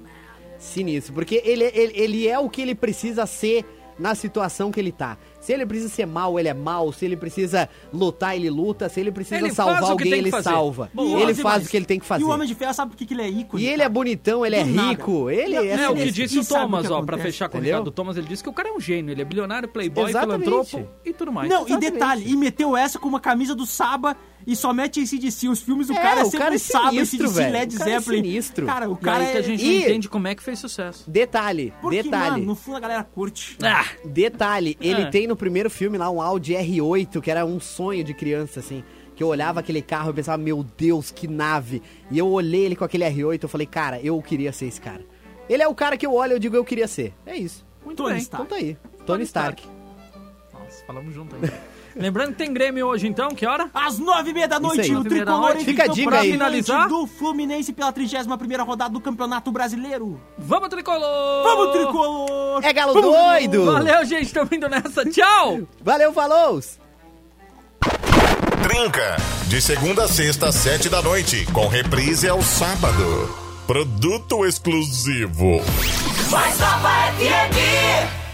Speaker 6: Sinistro. Porque ele, ele, ele é o que ele precisa ser na situação que ele tá. Se ele precisa ser mal, ele é mal. Se ele precisa lutar, ele luta. Se ele precisa
Speaker 5: Ele faz
Speaker 6: salvar
Speaker 5: o que
Speaker 6: alguém,
Speaker 5: tem que
Speaker 6: ele
Speaker 5: fazer.
Speaker 6: salva.
Speaker 5: Boa.
Speaker 6: ele
Speaker 5: Demais.
Speaker 6: faz o que ele tem que fazer.
Speaker 5: E o Homem de Ferro sabe por que que ele é ícone.
Speaker 6: E ele é bonitão, ele é
Speaker 5: Do nada.
Speaker 6: rico. Ele
Speaker 5: Não,
Speaker 6: é.
Speaker 4: É o que
Speaker 6: sinistro.
Speaker 4: disse
Speaker 5: E
Speaker 4: o
Speaker 5: sabe o
Speaker 4: Thomas,
Speaker 5: que
Speaker 4: ó, pra
Speaker 5: acontece,
Speaker 4: fechar com o
Speaker 6: entendeu?
Speaker 4: recado do Thomas, ele disse que o cara é um gênio, ele é bilionário, playboy,
Speaker 5: Exatamente.
Speaker 4: filantropo e tudo mais.
Speaker 5: Não, e detalhe, e meteu essa com uma camisa do Saba e só mete ACDC. Os filmes do
Speaker 6: É,
Speaker 5: cara é
Speaker 6: o
Speaker 5: sempre
Speaker 6: cara é
Speaker 5: Saba,
Speaker 6: sinistro,
Speaker 5: ACDC,
Speaker 6: velho.
Speaker 5: Led
Speaker 6: O cara é
Speaker 5: Zeppelin.
Speaker 6: sinistro.
Speaker 5: Cara, o
Speaker 6: E
Speaker 5: cara
Speaker 4: aí que a
Speaker 5: é...
Speaker 4: gente
Speaker 6: E-
Speaker 4: não entende como é que fez sucesso.
Speaker 6: Detalhe,
Speaker 5: Porque,
Speaker 6: detalhe.
Speaker 5: mano, no fundo a galera curte.
Speaker 4: É,
Speaker 6: Detalhe, ele
Speaker 5: Ah.
Speaker 6: tem no primeiro filme lá um Audi R8, que era um sonho de criança, assim. Que eu olhava aquele carro e pensava, meu Deus, que nave. E eu olhei ele com aquele R8 e eu falei, cara, eu queria ser esse cara. Ele é o cara que eu olho e eu digo, eu queria ser. É isso. Muito
Speaker 4: Tony
Speaker 6: bem,
Speaker 4: Stark.
Speaker 6: então tá aí. Tony Stark.
Speaker 4: Nossa, falamos junto aí. <laughs> Lembrando que tem Grêmio hoje então, que hora?
Speaker 5: Às nove e meia da noite,
Speaker 4: Isso aí.
Speaker 5: o
Speaker 4: Nove e meia da
Speaker 5: tricolor
Speaker 4: noite.
Speaker 5: invicto
Speaker 4: Fica a dica
Speaker 5: pra
Speaker 4: aí.
Speaker 5: frente
Speaker 4: Finalizar?
Speaker 5: do Fluminense pela 31ª rodada do Campeonato Brasileiro.
Speaker 4: Vamos, Tricolor!
Speaker 5: Vamos, Tricolor!
Speaker 6: É galo
Speaker 5: Vamos!
Speaker 6: doido!
Speaker 4: Valeu, gente, estamos indo nessa. Tchau!
Speaker 6: Valeu, falou!
Speaker 1: Trinca. De segunda a sexta, às sete da noite. Com reprise ao sábado. Produto exclusivo.
Speaker 11: Mais nova FM!